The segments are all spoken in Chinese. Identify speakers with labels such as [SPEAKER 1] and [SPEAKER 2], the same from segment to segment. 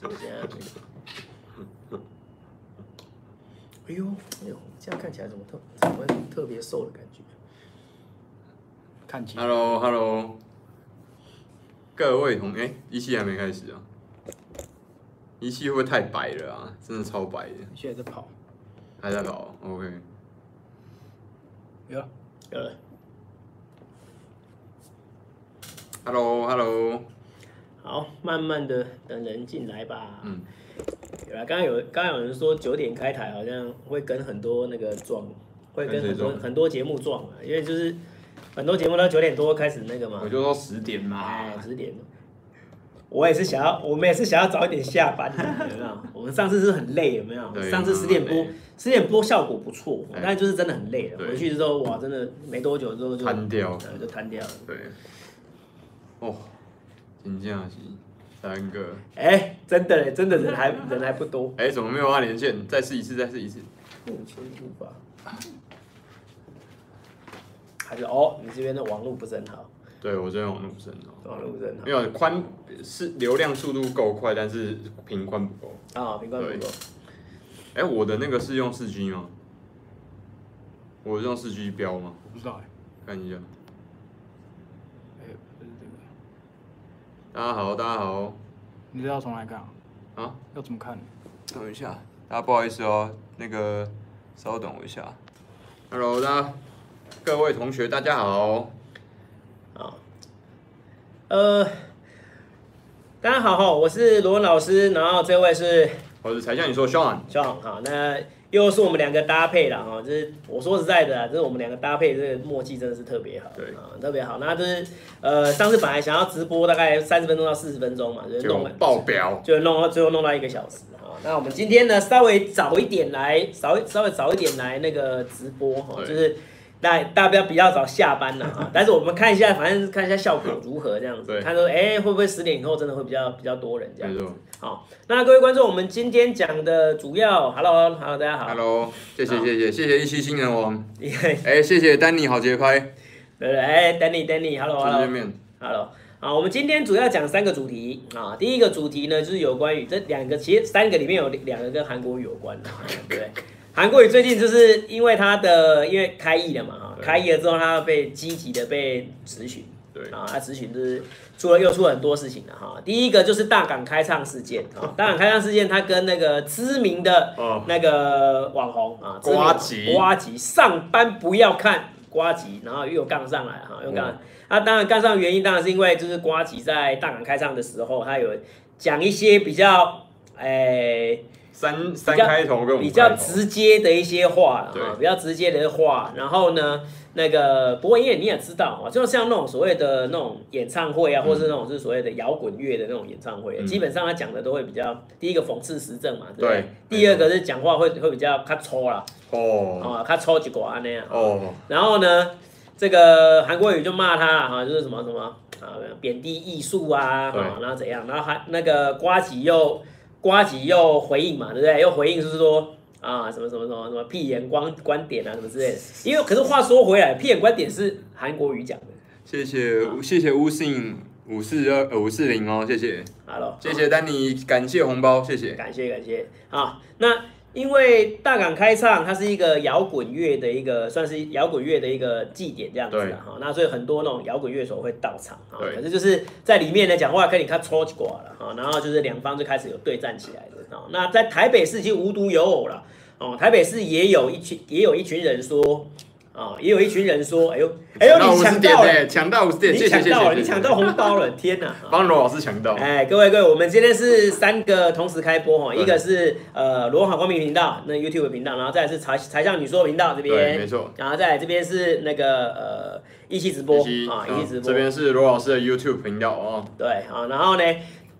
[SPEAKER 1] 就是这样子。哎呦，哎呦，这样看起来怎么特怎么特别瘦的感觉？
[SPEAKER 2] 看
[SPEAKER 3] 啊
[SPEAKER 2] 起来
[SPEAKER 4] Hello Hello，各位同哎、一期还没开始啊，一期会不会太白了啊？真的超白的，
[SPEAKER 2] 现在在跑，
[SPEAKER 4] 还在跑，OK。
[SPEAKER 2] 有啊
[SPEAKER 1] 有了
[SPEAKER 4] Hello Hello，
[SPEAKER 1] 好，慢慢的等人进来吧。
[SPEAKER 4] 嗯，
[SPEAKER 1] 有啦，刚刚有刚刚有人说九点开台好像会跟很多那个撞，会跟
[SPEAKER 4] 跟谁
[SPEAKER 1] 很多
[SPEAKER 4] 撞
[SPEAKER 1] 很多节目撞啊，因为就是很多节目到九点多开始那个嘛
[SPEAKER 4] 我，就说十点嘛
[SPEAKER 1] 哎，，十点。我也是想要，我们也是想要早一点下班的， 有没有？我们上次是很累，有没有？
[SPEAKER 4] 对
[SPEAKER 1] 上次十点播
[SPEAKER 4] 蛮累，
[SPEAKER 1] 十点播效果不错，
[SPEAKER 4] 对
[SPEAKER 1] 但就是真的很累了。
[SPEAKER 4] 对
[SPEAKER 1] 回去之后，哇，真的没多久之后就
[SPEAKER 4] 瘫掉
[SPEAKER 1] 呃就瘫掉了。
[SPEAKER 4] 对。哦，真正是三个，
[SPEAKER 1] 哎、真的嘞，真的人还人还不多，
[SPEAKER 4] 哎、怎么没有按连线？再试一次，再试一次。
[SPEAKER 1] 目前无法。还是哦，你这边的网络不是很好，
[SPEAKER 4] 对我这边网络不是很好，
[SPEAKER 1] 网络不是很好
[SPEAKER 4] 没有宽是流量速度够快，但是频宽不够。
[SPEAKER 1] 啊，平关不够。
[SPEAKER 4] 哎、我的那个是用四 G 吗？我是用四 G 标吗？
[SPEAKER 2] 我不知道哎、
[SPEAKER 4] 看一下。
[SPEAKER 2] 哎、不是这个，
[SPEAKER 4] 大家好，大家好
[SPEAKER 2] 你知道从哪里看啊？
[SPEAKER 4] 啊！
[SPEAKER 2] 要怎么看？
[SPEAKER 4] 等一下，大家不好意思哦，那个稍等我一下。Hello，大家各位同学，大家好。
[SPEAKER 1] 啊，呃，大家好哈，我是罗文老师，然后这位是
[SPEAKER 4] 我是才向你说 Sean，
[SPEAKER 1] John 哈，那又是我们两个搭配了哈，就是我说实在的啊，就是我们两个搭配这个默契真的是特别好，
[SPEAKER 4] 对
[SPEAKER 1] 啊，特别好。那就是呃，上次本来想要直播大概三十分钟到四十分钟嘛，就是
[SPEAKER 4] 结
[SPEAKER 1] 弄
[SPEAKER 4] 果
[SPEAKER 1] 了
[SPEAKER 4] 爆表。
[SPEAKER 1] 就弄到最后弄到一个小时哈。那我们今天呢，稍微早一点来，稍微稍微早一点来那个直播哈，
[SPEAKER 4] 对
[SPEAKER 1] 就是大大家比较早下班了啊。但是我们看一下，反正看一下效果如何这样子，
[SPEAKER 4] 对
[SPEAKER 1] 看说哎、会不会十点以后真的会比较比较多人这样
[SPEAKER 4] 没
[SPEAKER 1] 子。
[SPEAKER 4] 错。
[SPEAKER 1] 好，那各位观众，我们今天讲的主要，Hello Hello 大家好
[SPEAKER 4] Hello，谢谢
[SPEAKER 1] 好
[SPEAKER 4] 谢谢谢谢一期新人王，
[SPEAKER 1] 对 对
[SPEAKER 4] 哎、谢谢丹尼好节拍，
[SPEAKER 1] 对，哎，Danny Danny，Hello
[SPEAKER 4] 初次
[SPEAKER 1] Hello
[SPEAKER 4] 见面。
[SPEAKER 1] Hello，好，我们今天主要讲三个主题啊。第一个主题呢，就是有关于这两个，其实三个里面有两个跟韩国语有关的，对。 韩国语最近就是因为它的因为开议了嘛，哈，
[SPEAKER 4] 对
[SPEAKER 1] 开议了之后，它被积极的被质询，
[SPEAKER 4] 对，
[SPEAKER 1] 啊，他咨询就是出了又出了很多事情了哈。第一个就是大港开唱事件啊，大港开唱事件，它跟那个知名的
[SPEAKER 4] 哦
[SPEAKER 1] 那个网红啊，知名的
[SPEAKER 4] 瓜吉
[SPEAKER 1] 瓜吉上班不要看瓜吉，然后又杠上来哈，又杠
[SPEAKER 4] 哇。
[SPEAKER 1] 他、当然杠上的原因当然是因为就是瓜吉在大港开唱的时候，他有讲一些比较诶。
[SPEAKER 4] 三三
[SPEAKER 1] 比较
[SPEAKER 4] 开头跟五
[SPEAKER 1] 比较
[SPEAKER 4] 开头
[SPEAKER 1] 直接的一些话了
[SPEAKER 4] 对
[SPEAKER 1] 啊，比较直接的一些话。然后呢，那个不过因为你也知道啊，就像那种所谓的那种演唱会啊，或是那种是所谓的摇滚乐的那种演唱会，啊
[SPEAKER 4] 嗯
[SPEAKER 1] 基本上他讲的都会比较第一个讽刺时政嘛，对不
[SPEAKER 4] 对
[SPEAKER 1] 对？第二个是讲话会会比较他抽啦，
[SPEAKER 4] 哦
[SPEAKER 1] 啊，他抽几寡那样。
[SPEAKER 4] 哦，
[SPEAKER 1] 然后呢，这个韩国语就骂他了哈，就是什么什么啊，贬低艺术啊，
[SPEAKER 4] 对
[SPEAKER 1] 啊然后怎样，然后还那个瓜吉又瓜吉又回应嘛，对不对？又回应就是说啊，什么什么什么什么屁眼光观点啊，什么之类的。因为可是话说回来，屁眼观点是韩国语讲的
[SPEAKER 4] 谢谢谢谢吴信五四二五四零哦，谢谢
[SPEAKER 1] ，Hello，
[SPEAKER 4] 谢谢丹尼，感谢红包，谢谢。
[SPEAKER 1] 感谢感谢啊！那因为大港开唱，它是一个摇滚乐的一个，算是摇滚乐的一个祭典这样子的
[SPEAKER 4] 对
[SPEAKER 1] 哈。那所以很多那种摇滚乐手会到场啊，
[SPEAKER 4] 对
[SPEAKER 1] 可是就是在里面呢讲话跟你看戳起挂了哈，然后就是两方就开始有对战起来的啊。那在台北市其实无独有偶了哦，台北市也有一群也有一群人说。啊、也有一群人说：“哎呦，哎呦，
[SPEAKER 4] 抢到
[SPEAKER 1] 你
[SPEAKER 4] 五
[SPEAKER 1] 抢
[SPEAKER 4] 十点
[SPEAKER 1] 到了，
[SPEAKER 4] 嘞，抢到五十点，
[SPEAKER 1] 你
[SPEAKER 4] 谢谢
[SPEAKER 1] 抢
[SPEAKER 4] 谢
[SPEAKER 1] 到
[SPEAKER 4] 谢，
[SPEAKER 1] 了，你抢到红包了！天 哪！”啊
[SPEAKER 4] 帮罗老师抢到，
[SPEAKER 1] 哎，各位各位，我们今天是三个同时开播哈，
[SPEAKER 4] 对
[SPEAKER 1] 一个是呃罗好光明频道，那 YouTube 频道，然后再来是才才向你说频道这
[SPEAKER 4] 对，
[SPEAKER 1] 边
[SPEAKER 4] 没，错。
[SPEAKER 1] 然后再来这边是那个呃一期直播
[SPEAKER 4] 以及
[SPEAKER 1] 啊，一
[SPEAKER 4] 嗯
[SPEAKER 1] 期直播
[SPEAKER 4] 这边是罗老师的 YouTube 频道哦，
[SPEAKER 1] 对啊，然后呢，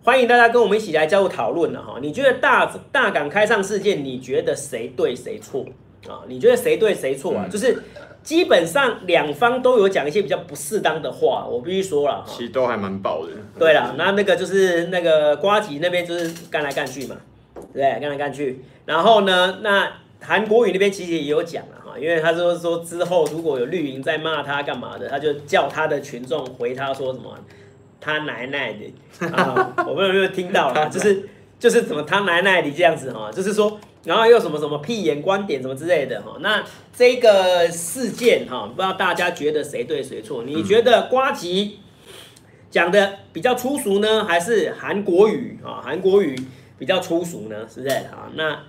[SPEAKER 1] 欢迎大家跟我们一起来加入讨论了哈。你觉得大大港开唱事件，你觉得谁对谁错啊？你觉得谁对谁错啊？
[SPEAKER 4] 嗯
[SPEAKER 1] 就是基本上两方都有讲一些比较不适当的话，我必须说了哈。
[SPEAKER 4] 其实都还蛮爆的。
[SPEAKER 1] 对了，那那个就是那个瓜吉那边就是干来干去嘛，对不对，干来干去。然后呢，那韩国语那边其实也有讲了哈，因为他说说之后如果有绿营在骂他干嘛的，他就叫他的群 众回他说什么他奶奶的啊，我们有没有听到了？就是就是什么他奶奶你这样子哈，就是说，然后又什么什么屁眼观点什么之类的哈。那这个事件哈，不知道大家觉得谁对谁错？你觉得瓜吉讲的比较粗俗呢，还是韩国语啊？韩国语比较粗俗呢，是不是啊？那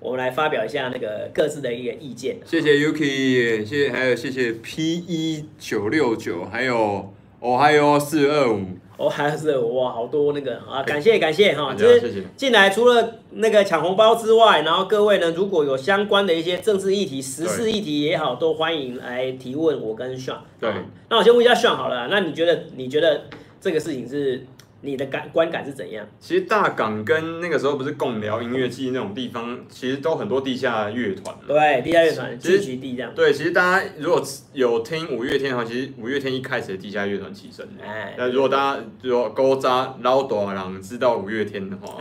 [SPEAKER 1] 我们来发表一下那个各自的一个意见。
[SPEAKER 4] 谢谢 Yuki，谢谢还有谢谢 P 一九六九，还有 Ohio 四二五，
[SPEAKER 1] 哦，还是哇，好多那个啊，感谢感谢哈，
[SPEAKER 4] 大家
[SPEAKER 1] 就
[SPEAKER 4] 谢谢
[SPEAKER 1] 是进来除了那个抢红包之外，然后各位呢，如果有相关的一些政治议题、时事议题也好，都欢迎来提问我跟 Sean。
[SPEAKER 4] 对
[SPEAKER 1] 啊那我先问一下 Sean 好了啊，那你觉得你觉得这个事情是你的感观感是怎样？
[SPEAKER 4] 其实大港跟那个时候不是共聊音乐季那种地方，其实都很多地下乐团嘛。
[SPEAKER 1] 对，地下乐团
[SPEAKER 4] 其实
[SPEAKER 1] 聚集地这样，
[SPEAKER 4] 对，其实大家如果有听五月天的话，其实五月天一开始的地下乐团起身的。
[SPEAKER 1] 哎，
[SPEAKER 4] 那如果大家如果勾扎捞大郎知道五月天的 话，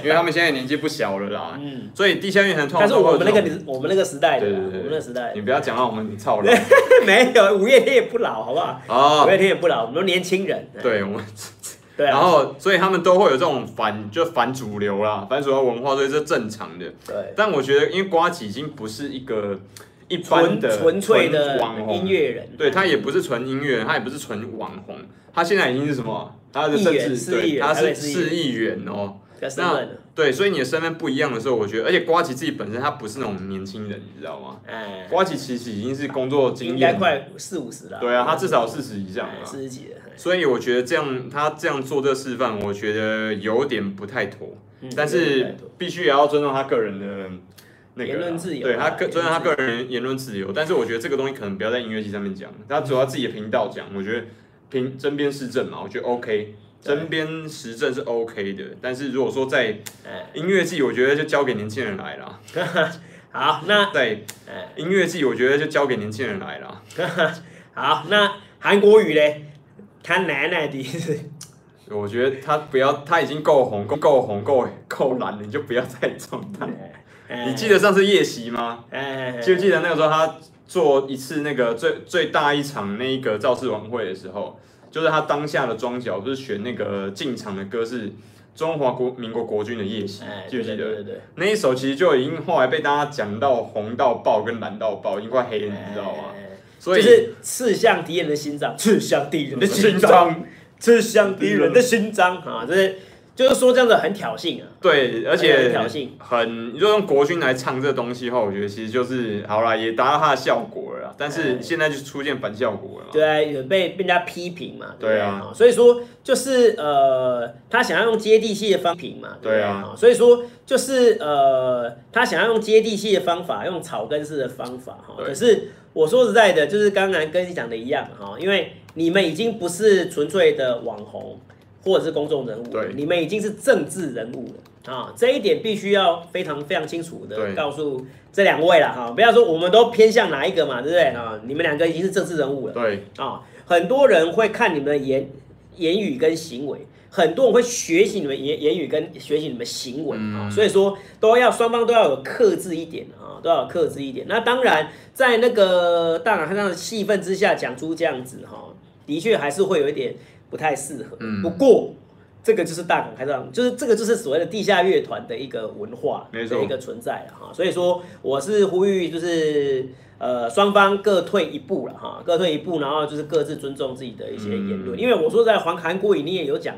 [SPEAKER 4] 因为他们现在年纪不小了啦，
[SPEAKER 1] 嗯，
[SPEAKER 4] 所以地下乐团通常
[SPEAKER 1] 但是
[SPEAKER 4] 都会
[SPEAKER 1] 我
[SPEAKER 4] 有
[SPEAKER 1] 们那个
[SPEAKER 4] 这种
[SPEAKER 1] 年我们那个时代的啦，
[SPEAKER 4] 对对对
[SPEAKER 1] 我们那个时代
[SPEAKER 4] 你
[SPEAKER 1] 的
[SPEAKER 4] 不要讲到我们操劳
[SPEAKER 1] 没有五月天也不老，好不好？
[SPEAKER 4] 啊
[SPEAKER 1] 五，月天也不老，我们都年轻人。
[SPEAKER 4] 对，我们
[SPEAKER 1] 对啊，
[SPEAKER 4] 然后所以他们都会有这种反就反主流啦，反主流文化，所以这是正常的。
[SPEAKER 1] 对。
[SPEAKER 4] 但我觉得，因为瓜起已经不是一个一般
[SPEAKER 1] 纯
[SPEAKER 4] 的
[SPEAKER 1] 纯粹的
[SPEAKER 4] 纯网红
[SPEAKER 1] 音，乐人，
[SPEAKER 4] 对他也不是纯音乐人，他也不是纯网红，他现在已经是什么？他的
[SPEAKER 1] 议
[SPEAKER 4] 政
[SPEAKER 1] 员
[SPEAKER 4] 治
[SPEAKER 1] 市
[SPEAKER 4] 对，
[SPEAKER 1] 议员
[SPEAKER 4] 他
[SPEAKER 1] 台北
[SPEAKER 4] 是
[SPEAKER 1] 市议
[SPEAKER 4] 市议员哦。
[SPEAKER 1] 比较身份的，
[SPEAKER 4] 对，所以你的身份不一样的时候，我觉得，而且瓜起自己本身他不是那种年轻人，你知道吗？
[SPEAKER 1] 哎，
[SPEAKER 4] 瓜起其实已经是工作经
[SPEAKER 1] 应该
[SPEAKER 4] 验，
[SPEAKER 1] 快四五十了。
[SPEAKER 4] 对啊，他至少四十以上
[SPEAKER 1] 哎
[SPEAKER 4] 了。
[SPEAKER 1] 四十几了。
[SPEAKER 4] 所以我觉得这样，他这样做这示范，我觉得有点不太妥。
[SPEAKER 1] 嗯
[SPEAKER 4] 但是必须也要尊重他个人的那个啦
[SPEAKER 1] 言论自由啊
[SPEAKER 4] 对他个
[SPEAKER 1] 言论自由
[SPEAKER 4] 尊重他个人言论自由。但是我觉得这个东西可能不要在音乐季上面讲，他主要自己的频道讲。我觉得平针砭时政嘛，我觉得 OK，
[SPEAKER 1] 对
[SPEAKER 4] 针砭时政是 OK 的。但是如果说在
[SPEAKER 1] 哎，
[SPEAKER 4] 音乐季，我觉得就交给年轻人来啦。
[SPEAKER 1] 好，那
[SPEAKER 4] 在
[SPEAKER 1] 哎，
[SPEAKER 4] 音乐季，我觉得就交给年轻人来啦。
[SPEAKER 1] 好，那韩国语嘞？啊他奶奶的，
[SPEAKER 4] 我觉得他不要，他已经够红、够够红、够够蓝了，你就不要再装他。
[SPEAKER 1] 哎
[SPEAKER 4] 你记？得上次夜袭吗？
[SPEAKER 1] 哎，
[SPEAKER 4] 记不记得那个时候他做一次那个最最大一场那一个造势晚会的时候，就是他当下的装脚不是选那个进场的歌是中华国民国国军的夜袭
[SPEAKER 1] 哎，，
[SPEAKER 4] 记不记
[SPEAKER 1] 对对
[SPEAKER 4] 得？
[SPEAKER 1] 对对，
[SPEAKER 4] 那一首其实就已经后来被大家讲到红到爆跟蓝到爆，已经快黑了，你知道吗？
[SPEAKER 1] 哎？
[SPEAKER 4] 所
[SPEAKER 1] 就
[SPEAKER 4] 以
[SPEAKER 1] 是刺向敌人的心脏，刺向敌人的心脏，，刺向敌人的心脏啊！就是就是说这样子很挑衅啊，
[SPEAKER 4] 对，而
[SPEAKER 1] 很
[SPEAKER 4] 且
[SPEAKER 1] 挑衅。
[SPEAKER 4] 很，就用国军来唱这东西的话，我觉得其实就是好啦，也达到它的效果了啦，但是
[SPEAKER 1] 哎
[SPEAKER 4] 现在就出现反效果了嘛。
[SPEAKER 1] 对啊，有被被人家批评嘛，对不
[SPEAKER 4] 对啊
[SPEAKER 1] 哦所以说就是呃，他想要用接地气的方评嘛，对不
[SPEAKER 4] 对啊
[SPEAKER 1] 哦所以说就是呃，他想要用接地气的方法，用草根式的方法哈、
[SPEAKER 4] 对
[SPEAKER 1] 可是我说实在的，就是刚才跟你讲的一样哈、因为你们已经不是纯粹的网红或者是公众人物了，
[SPEAKER 4] 对
[SPEAKER 1] 你们已经是政治人物了啊、这一点必须要非常非常清楚的
[SPEAKER 4] 对
[SPEAKER 1] 告诉这两位了哈、不要说我们都偏向哪一个嘛，对不对啊、你们两个已经是政治人物了。
[SPEAKER 4] 对
[SPEAKER 1] 啊、很多人会看你们的言言语跟行为，很多人会学习你们言言语跟学习你们行为啊、
[SPEAKER 4] 嗯
[SPEAKER 1] 所以说都要双方都要有克制一点啊、都要有克制一点。那当然，在那个大脑上的气氛之下讲出这样子哈、的确还是会有一点不太适合。
[SPEAKER 4] 嗯
[SPEAKER 1] 不过。这个就是大港开唱，就是这个就是所谓的地下乐团的一个文化的
[SPEAKER 4] 没错
[SPEAKER 1] 一个存在了哈，所以说我是呼吁就是呃，双方各退一步了哈，各退一步，然后就是各自尊重自己的一些言论。
[SPEAKER 4] 嗯
[SPEAKER 1] 因为我说实在黄韩国语你也有讲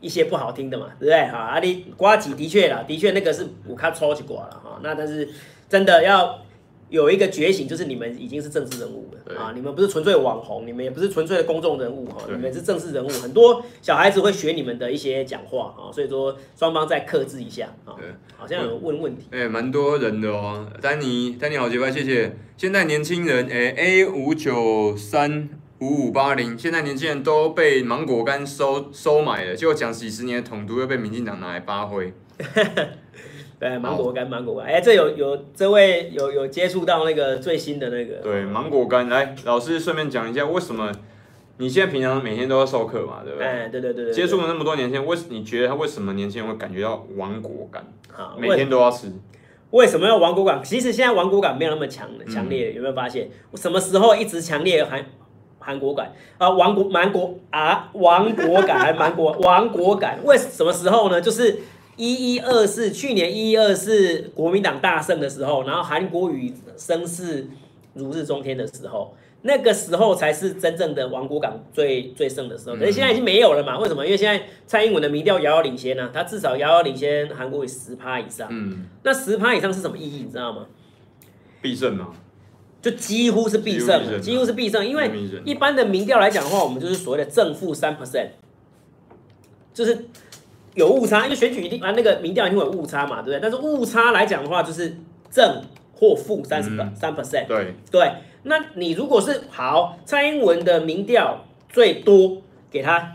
[SPEAKER 1] 一些不好听的嘛，对不对？哈，啊，你瓜几的确啦，的确那个是我看抽几瓜了哈。那但是真的要有一个觉醒，就是你们已经是政治人物
[SPEAKER 4] 对
[SPEAKER 1] 了啊，你们不是纯粹网红，你们也不是纯粹的公众人物哈，
[SPEAKER 4] 对
[SPEAKER 1] 你们是政治人物，很多小孩子会学你们的一些讲话啊，所以说双方再克制一下啊
[SPEAKER 4] 对。
[SPEAKER 1] 好像有人问问题，
[SPEAKER 4] 哎、蛮多人的哦。丹尼，丹尼好结拜，谢谢。现在年轻人，哎、a 五九三五五八零，现在年轻人都被芒果干收收买了，结果讲几十年的统独又被民进党拿来发挥。
[SPEAKER 1] 对，芒果干，芒果干，哎、这有有这位有有接触到那个最新的那个，
[SPEAKER 4] 对，芒果干，来，老师顺便讲一下，为什么你现在平常每天都要授课嘛，对不对？
[SPEAKER 1] 哎、对对对对，
[SPEAKER 4] 接触了那么多年轻人，为你觉得他为什么年轻人会感觉到芒果干，
[SPEAKER 1] 好，
[SPEAKER 4] 每天都要吃？
[SPEAKER 1] 啊为什么要玩骨感？其实现在玩骨感没有那么强了，
[SPEAKER 4] 嗯
[SPEAKER 1] 强烈，有没有发现？我什么时候一直强烈韩韩国感啊？亡 国蛮国啊，亡国感还蛮国亡国感？为什么时候呢？就是一一二四，去年一一二四国民党大胜的时候，然后韩国瑜声势如日中天的时候，那个时候才是真正的亡国港最最盛的时
[SPEAKER 4] 嗯
[SPEAKER 1] 候。可是现在已经没有了嘛？为什么？因为现在蔡英文的民调遥遥领先呢、啊，他至少遥遥领先韩国瑜十趴以上。
[SPEAKER 4] 嗯，
[SPEAKER 1] 那十趴以上是什么意义？你知道吗？
[SPEAKER 4] 必胜嘛，
[SPEAKER 1] 就几乎是必胜了，
[SPEAKER 4] 几
[SPEAKER 1] 几
[SPEAKER 4] 乎必胜啊
[SPEAKER 1] 乎是必胜，因为
[SPEAKER 4] 几乎必胜
[SPEAKER 1] 一般的民调来讲的话，我们就是所谓的正负三 percent，就是有误差，因为选举一定啊那个民调一定会有误差嘛，对不对？但是误差来讲的话，就是正或负三十
[SPEAKER 4] 嗯
[SPEAKER 1] 三 percent，
[SPEAKER 4] 对，
[SPEAKER 1] 对，那你如果是好，蔡英文的民调最多给他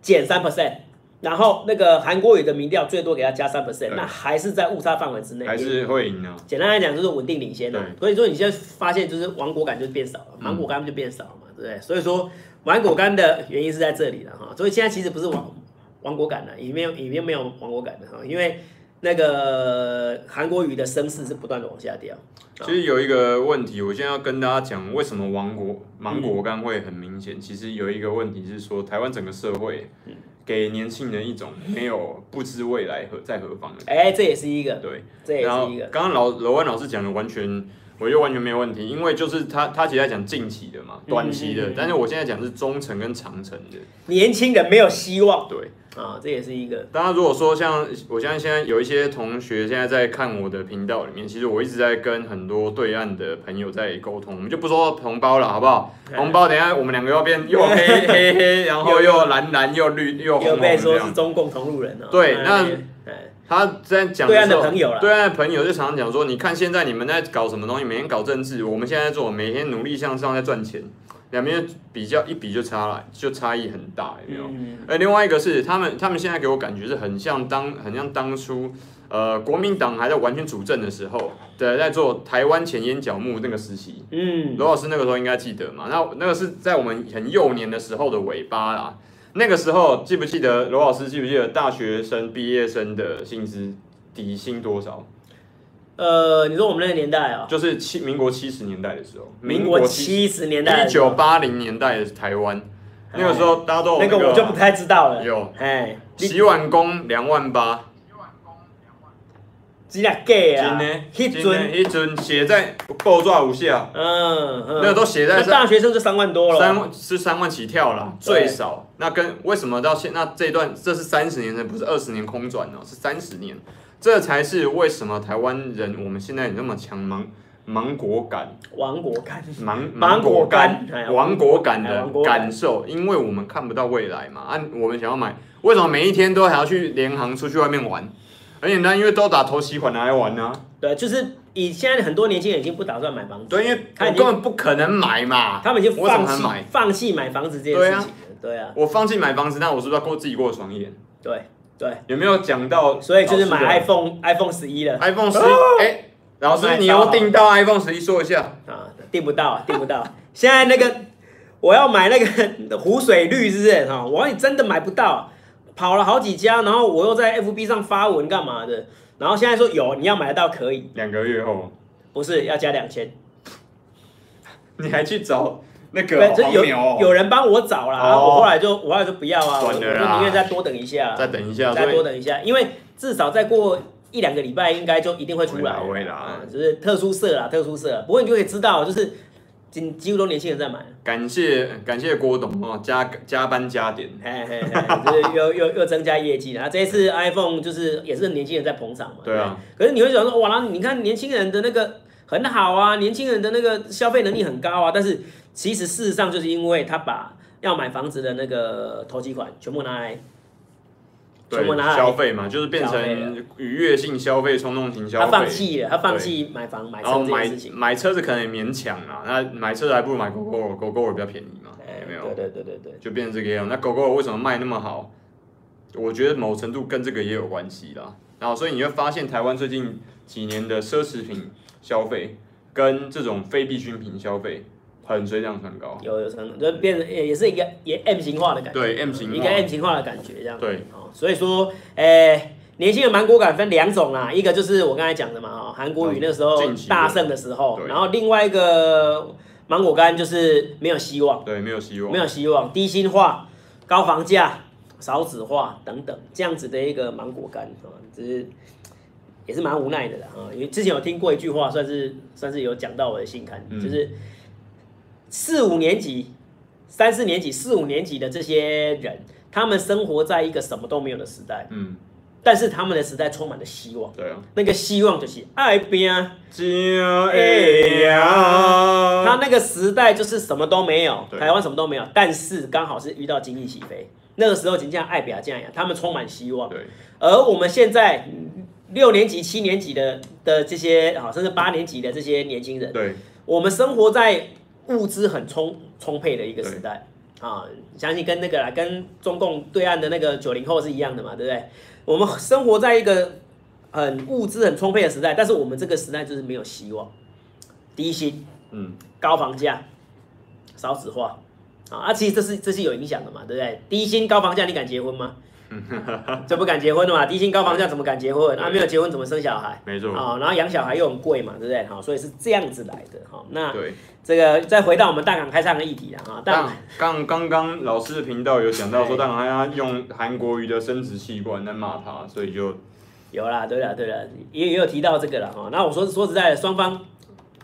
[SPEAKER 1] 减三 percent，然后那个韩国瑜的民调最多给他加三 percent，
[SPEAKER 4] 对
[SPEAKER 1] 那还是在误差范围之内，
[SPEAKER 4] 还是会赢啊。
[SPEAKER 1] 简单来讲就是稳定领先啦、啊
[SPEAKER 4] 对
[SPEAKER 1] 所以说你现在发现就是芒果感就变少了，芒果干就变少了嘛，对不对？所以说芒果干的原因是在这里了哈。所以现在其实不是芒芒果感了，里面里面没有芒果感的哈，因为那个韩国语的声势是不断的往下掉。
[SPEAKER 4] 其实有一个问题，我现在要跟大家讲，为什么王国芒果干会很明显？其实有一个问题是说，台湾整个社会
[SPEAKER 1] 嗯
[SPEAKER 4] 给年轻人一种没有不知未来何在何方的感
[SPEAKER 1] 哎、这也是一
[SPEAKER 4] 觉。
[SPEAKER 1] 个，
[SPEAKER 4] 对，
[SPEAKER 1] 这也
[SPEAKER 4] 然后
[SPEAKER 1] 是一个，
[SPEAKER 4] 刚刚老罗安老师讲的完全，我觉得完全没有问题，因为就是他他其实在讲近期的嘛，短
[SPEAKER 1] 嗯嗯
[SPEAKER 4] 期
[SPEAKER 1] 嗯
[SPEAKER 4] 的
[SPEAKER 1] 嗯，
[SPEAKER 4] 但是我现在讲是中程跟长程的。
[SPEAKER 1] 年轻人没有希望
[SPEAKER 4] 对，
[SPEAKER 1] 啊，这也是一个，
[SPEAKER 4] 大家如果说像我相信现在有一些同学现在在看我的频道里面，其实我一直在跟很多对岸的朋友在沟通，我们就不说红包了，好不好？红包等一下我们两个要变又黑黑黑，然后又蓝蓝又绿又红
[SPEAKER 1] 又
[SPEAKER 4] 红
[SPEAKER 1] 被
[SPEAKER 4] 这
[SPEAKER 1] 说是
[SPEAKER 4] 样。
[SPEAKER 1] 中共同路人啊。
[SPEAKER 4] 对那
[SPEAKER 1] 哎
[SPEAKER 4] 他在讲
[SPEAKER 1] 对岸
[SPEAKER 4] 时候
[SPEAKER 1] 的朋友啦
[SPEAKER 4] 对岸的朋友就常常讲说，你看现在你们在搞什么东西，每天搞政治，我们现在在做，每天努力向上在赚钱，两边比较一比就差了，就差异很大，有没有？
[SPEAKER 1] 嗯，
[SPEAKER 4] 而另外一个是，他们他们现在给我感觉是很像当很像当初，呃，国民党还在完全主政的时候，对，在做台湾前烟角木那个时期，
[SPEAKER 1] 嗯，
[SPEAKER 4] 罗老师那个时候应该记得嘛？那那个是在我们很幼年的时候的尾巴啦。那个时候记不记得罗老师记不记得大学生毕业生的薪资底薪多少？
[SPEAKER 1] 呃，你说我们那个年代啊、
[SPEAKER 4] 就是七民国七十年代的时候，
[SPEAKER 1] 民国七十年代
[SPEAKER 4] 一
[SPEAKER 1] 的时候
[SPEAKER 4] 九八零年代的台湾，哦那个时候大家都有
[SPEAKER 1] 那个我就不太知道了。
[SPEAKER 4] 有
[SPEAKER 1] 哎，你
[SPEAKER 4] 洗碗工两万八。
[SPEAKER 1] 几俩 gay
[SPEAKER 4] 真
[SPEAKER 1] 啊
[SPEAKER 4] 的，？
[SPEAKER 1] 迄
[SPEAKER 4] 真的
[SPEAKER 1] 阵，
[SPEAKER 4] 迄阵写在报纸有写，
[SPEAKER 1] 嗯，嗯
[SPEAKER 4] 那个都写在
[SPEAKER 1] 那大学生就三万多了，
[SPEAKER 4] 啊
[SPEAKER 1] 嗯
[SPEAKER 4] 三万是三万起跳啦，
[SPEAKER 1] 对
[SPEAKER 4] 最少。那跟为什么到现那这一段这是三十年的，不是二十年空转哦，是三十年，这才是为什么台湾人我们现在有那么强芒芒果感
[SPEAKER 1] 亡国感。
[SPEAKER 4] 芒
[SPEAKER 1] 芒果干哎
[SPEAKER 4] 亡国感
[SPEAKER 1] 哎
[SPEAKER 4] 的
[SPEAKER 1] 亡国感
[SPEAKER 4] 感受，因为我们看不到未来嘛。啊，我们想要买，为什么每一天都还要去联行出去外面玩？很简单，因为都打头洗款拿来玩啊。
[SPEAKER 1] 对，就是以现在很多年轻人已经不打算买房子，
[SPEAKER 4] 对，因为
[SPEAKER 1] 他
[SPEAKER 4] 我
[SPEAKER 1] 已
[SPEAKER 4] 根
[SPEAKER 1] 经
[SPEAKER 4] 本不可能买嘛，
[SPEAKER 1] 他们已经
[SPEAKER 4] 我怎
[SPEAKER 1] 放
[SPEAKER 4] 么还
[SPEAKER 1] 弃
[SPEAKER 4] 买？
[SPEAKER 1] 放弃买房子这件
[SPEAKER 4] 对
[SPEAKER 1] 事
[SPEAKER 4] 啊
[SPEAKER 1] 情了。对啊，
[SPEAKER 4] 我放弃买房子，那我是不是要过自己过得爽一点？
[SPEAKER 1] 对对，
[SPEAKER 4] 有没有讲到？
[SPEAKER 1] 所以就是买
[SPEAKER 4] 啊
[SPEAKER 1] iPhone iPhone 十一了
[SPEAKER 4] iPhone 十一，哎，老师你又订到 iPhone 十一，说一下。
[SPEAKER 1] 啊，订不到，订不到。现在那个我要买那个湖水绿是不是哈？我也真的买不到，跑了好几家，然后我又在 FB 上发文干嘛的，然后现在说有你要买得到可以，
[SPEAKER 4] 两个月后，
[SPEAKER 1] 不是要加两千。
[SPEAKER 4] 你还去找那个
[SPEAKER 1] 对，就
[SPEAKER 4] 黄
[SPEAKER 1] 有
[SPEAKER 4] 牛哦？
[SPEAKER 1] 有人帮我找啦，啊
[SPEAKER 4] 哦
[SPEAKER 1] 我后来就我后来就不要啊，我我
[SPEAKER 4] 算
[SPEAKER 1] 就
[SPEAKER 4] 了啦
[SPEAKER 1] 宁愿再多等一下，
[SPEAKER 4] 再等一下，
[SPEAKER 1] 再
[SPEAKER 4] 所
[SPEAKER 1] 多
[SPEAKER 4] 以
[SPEAKER 1] 等一下，因为至少再过一两个礼拜应该就一定会出来，
[SPEAKER 4] 会啦会啦
[SPEAKER 1] 嗯就是特殊色啦，特殊色啦。不过你就可以知道，就是几几乎都年轻人在买，
[SPEAKER 4] 感谢感谢郭董哦，加加班加点。
[SPEAKER 1] 嘿嘿嘿，就是又又又增加业绩啦。这一次 iPhone 就是也是年轻人在捧场嘛，
[SPEAKER 4] 对啊
[SPEAKER 1] 不对。可是你会想说，哇，你看年轻人的那个很好啊，年轻人的那个消费能力很高啊，但是其实事实上就是因为他把要买房子的那个投机款全部拿来，
[SPEAKER 4] 对
[SPEAKER 1] 全部拿来
[SPEAKER 4] 消费嘛，就是变
[SPEAKER 1] 消费
[SPEAKER 4] 成愉悦性消费、冲动型消
[SPEAKER 1] 他
[SPEAKER 4] 费。
[SPEAKER 1] 放弃了，他放弃买房买
[SPEAKER 4] 然后
[SPEAKER 1] 车这
[SPEAKER 4] 买
[SPEAKER 1] 件事情。
[SPEAKER 4] 买车子可能也勉强啦，那买车子还不如买 GoGo，GoGo 比较便宜嘛，
[SPEAKER 1] 哎
[SPEAKER 4] 有没有？
[SPEAKER 1] 对对对对对，
[SPEAKER 4] 就变成这个样。那狗狗为什么卖那么好？我觉得某程度跟这个也有关系啦。然后，所以你会发现台湾最近几年的奢侈品消费跟这种非必需品消费很水涨船高。
[SPEAKER 1] 有有成，就变成也也是一个也 M 型化的感觉，
[SPEAKER 4] 对 M 型化
[SPEAKER 1] 一个 M 型化的感觉这样。
[SPEAKER 4] 对，
[SPEAKER 1] 哦，所以说，诶、年轻人芒果感分两种啦，一个就是我刚才讲的嘛，哦，韩国瑜那时候
[SPEAKER 4] 近期的
[SPEAKER 1] 大胜的时候，
[SPEAKER 4] 对
[SPEAKER 1] 然后另外一个芒果干就是没有希望，
[SPEAKER 4] 对，没有希望
[SPEAKER 1] 没。有希望，低薪化、高房价、少子化等等这样子的一个芒果干啊，只是也是蛮无奈的啦啊。因为之前有听过一句话，算是算是有讲到我的心坎，
[SPEAKER 4] 嗯
[SPEAKER 1] 就是四五年级、三四年级、四五年级的这些人，他们生活在一个什么都没有的时代，
[SPEAKER 4] 嗯，
[SPEAKER 1] 但是他们的时代充满了希望。
[SPEAKER 4] 对啊，
[SPEAKER 1] 那个希望就是爱拼，啊
[SPEAKER 4] 真会哎呀，
[SPEAKER 1] 他 那个时代就是什么都没有，
[SPEAKER 4] 对
[SPEAKER 1] 台湾什么都没有，但是刚好是遇到经济起飞，那个时候人家爱表这样呀，他们充满希望。
[SPEAKER 4] 对，
[SPEAKER 1] 而我们现在嗯六年级、七年级的的这些啊，甚至八年级的这些年轻人，
[SPEAKER 4] 对，
[SPEAKER 1] 我们生活在物资很充充沛的一个时代啊，相信跟那个啦，跟中共对岸的那个九零后是一样的嘛，对不对？我们生活在一个很物资很充沛的时代，但是我们这个时代就是没有希望，低薪、
[SPEAKER 4] 嗯，
[SPEAKER 1] 高房价、少子化啊，啊，其实这是这是有影响的嘛，对不对？低薪高房价，你敢结婚吗？这不敢结婚的嘛，低薪高房价怎么敢结婚？啊，没有结婚怎么生小孩？
[SPEAKER 4] 没错
[SPEAKER 1] 啊、然后养小孩又很贵嘛，对不对？好、所以是这样子来的。好、那
[SPEAKER 4] 对。
[SPEAKER 1] 这个再回到我们大港开唱的议题了啊，大港
[SPEAKER 4] 但刚刚刚老师的频道有讲到说，但他用韩国瑜的生殖器官在骂他，所以就
[SPEAKER 1] 有啦，对啦，对啦，也也有提到这个了哈。那我说说实在的，双方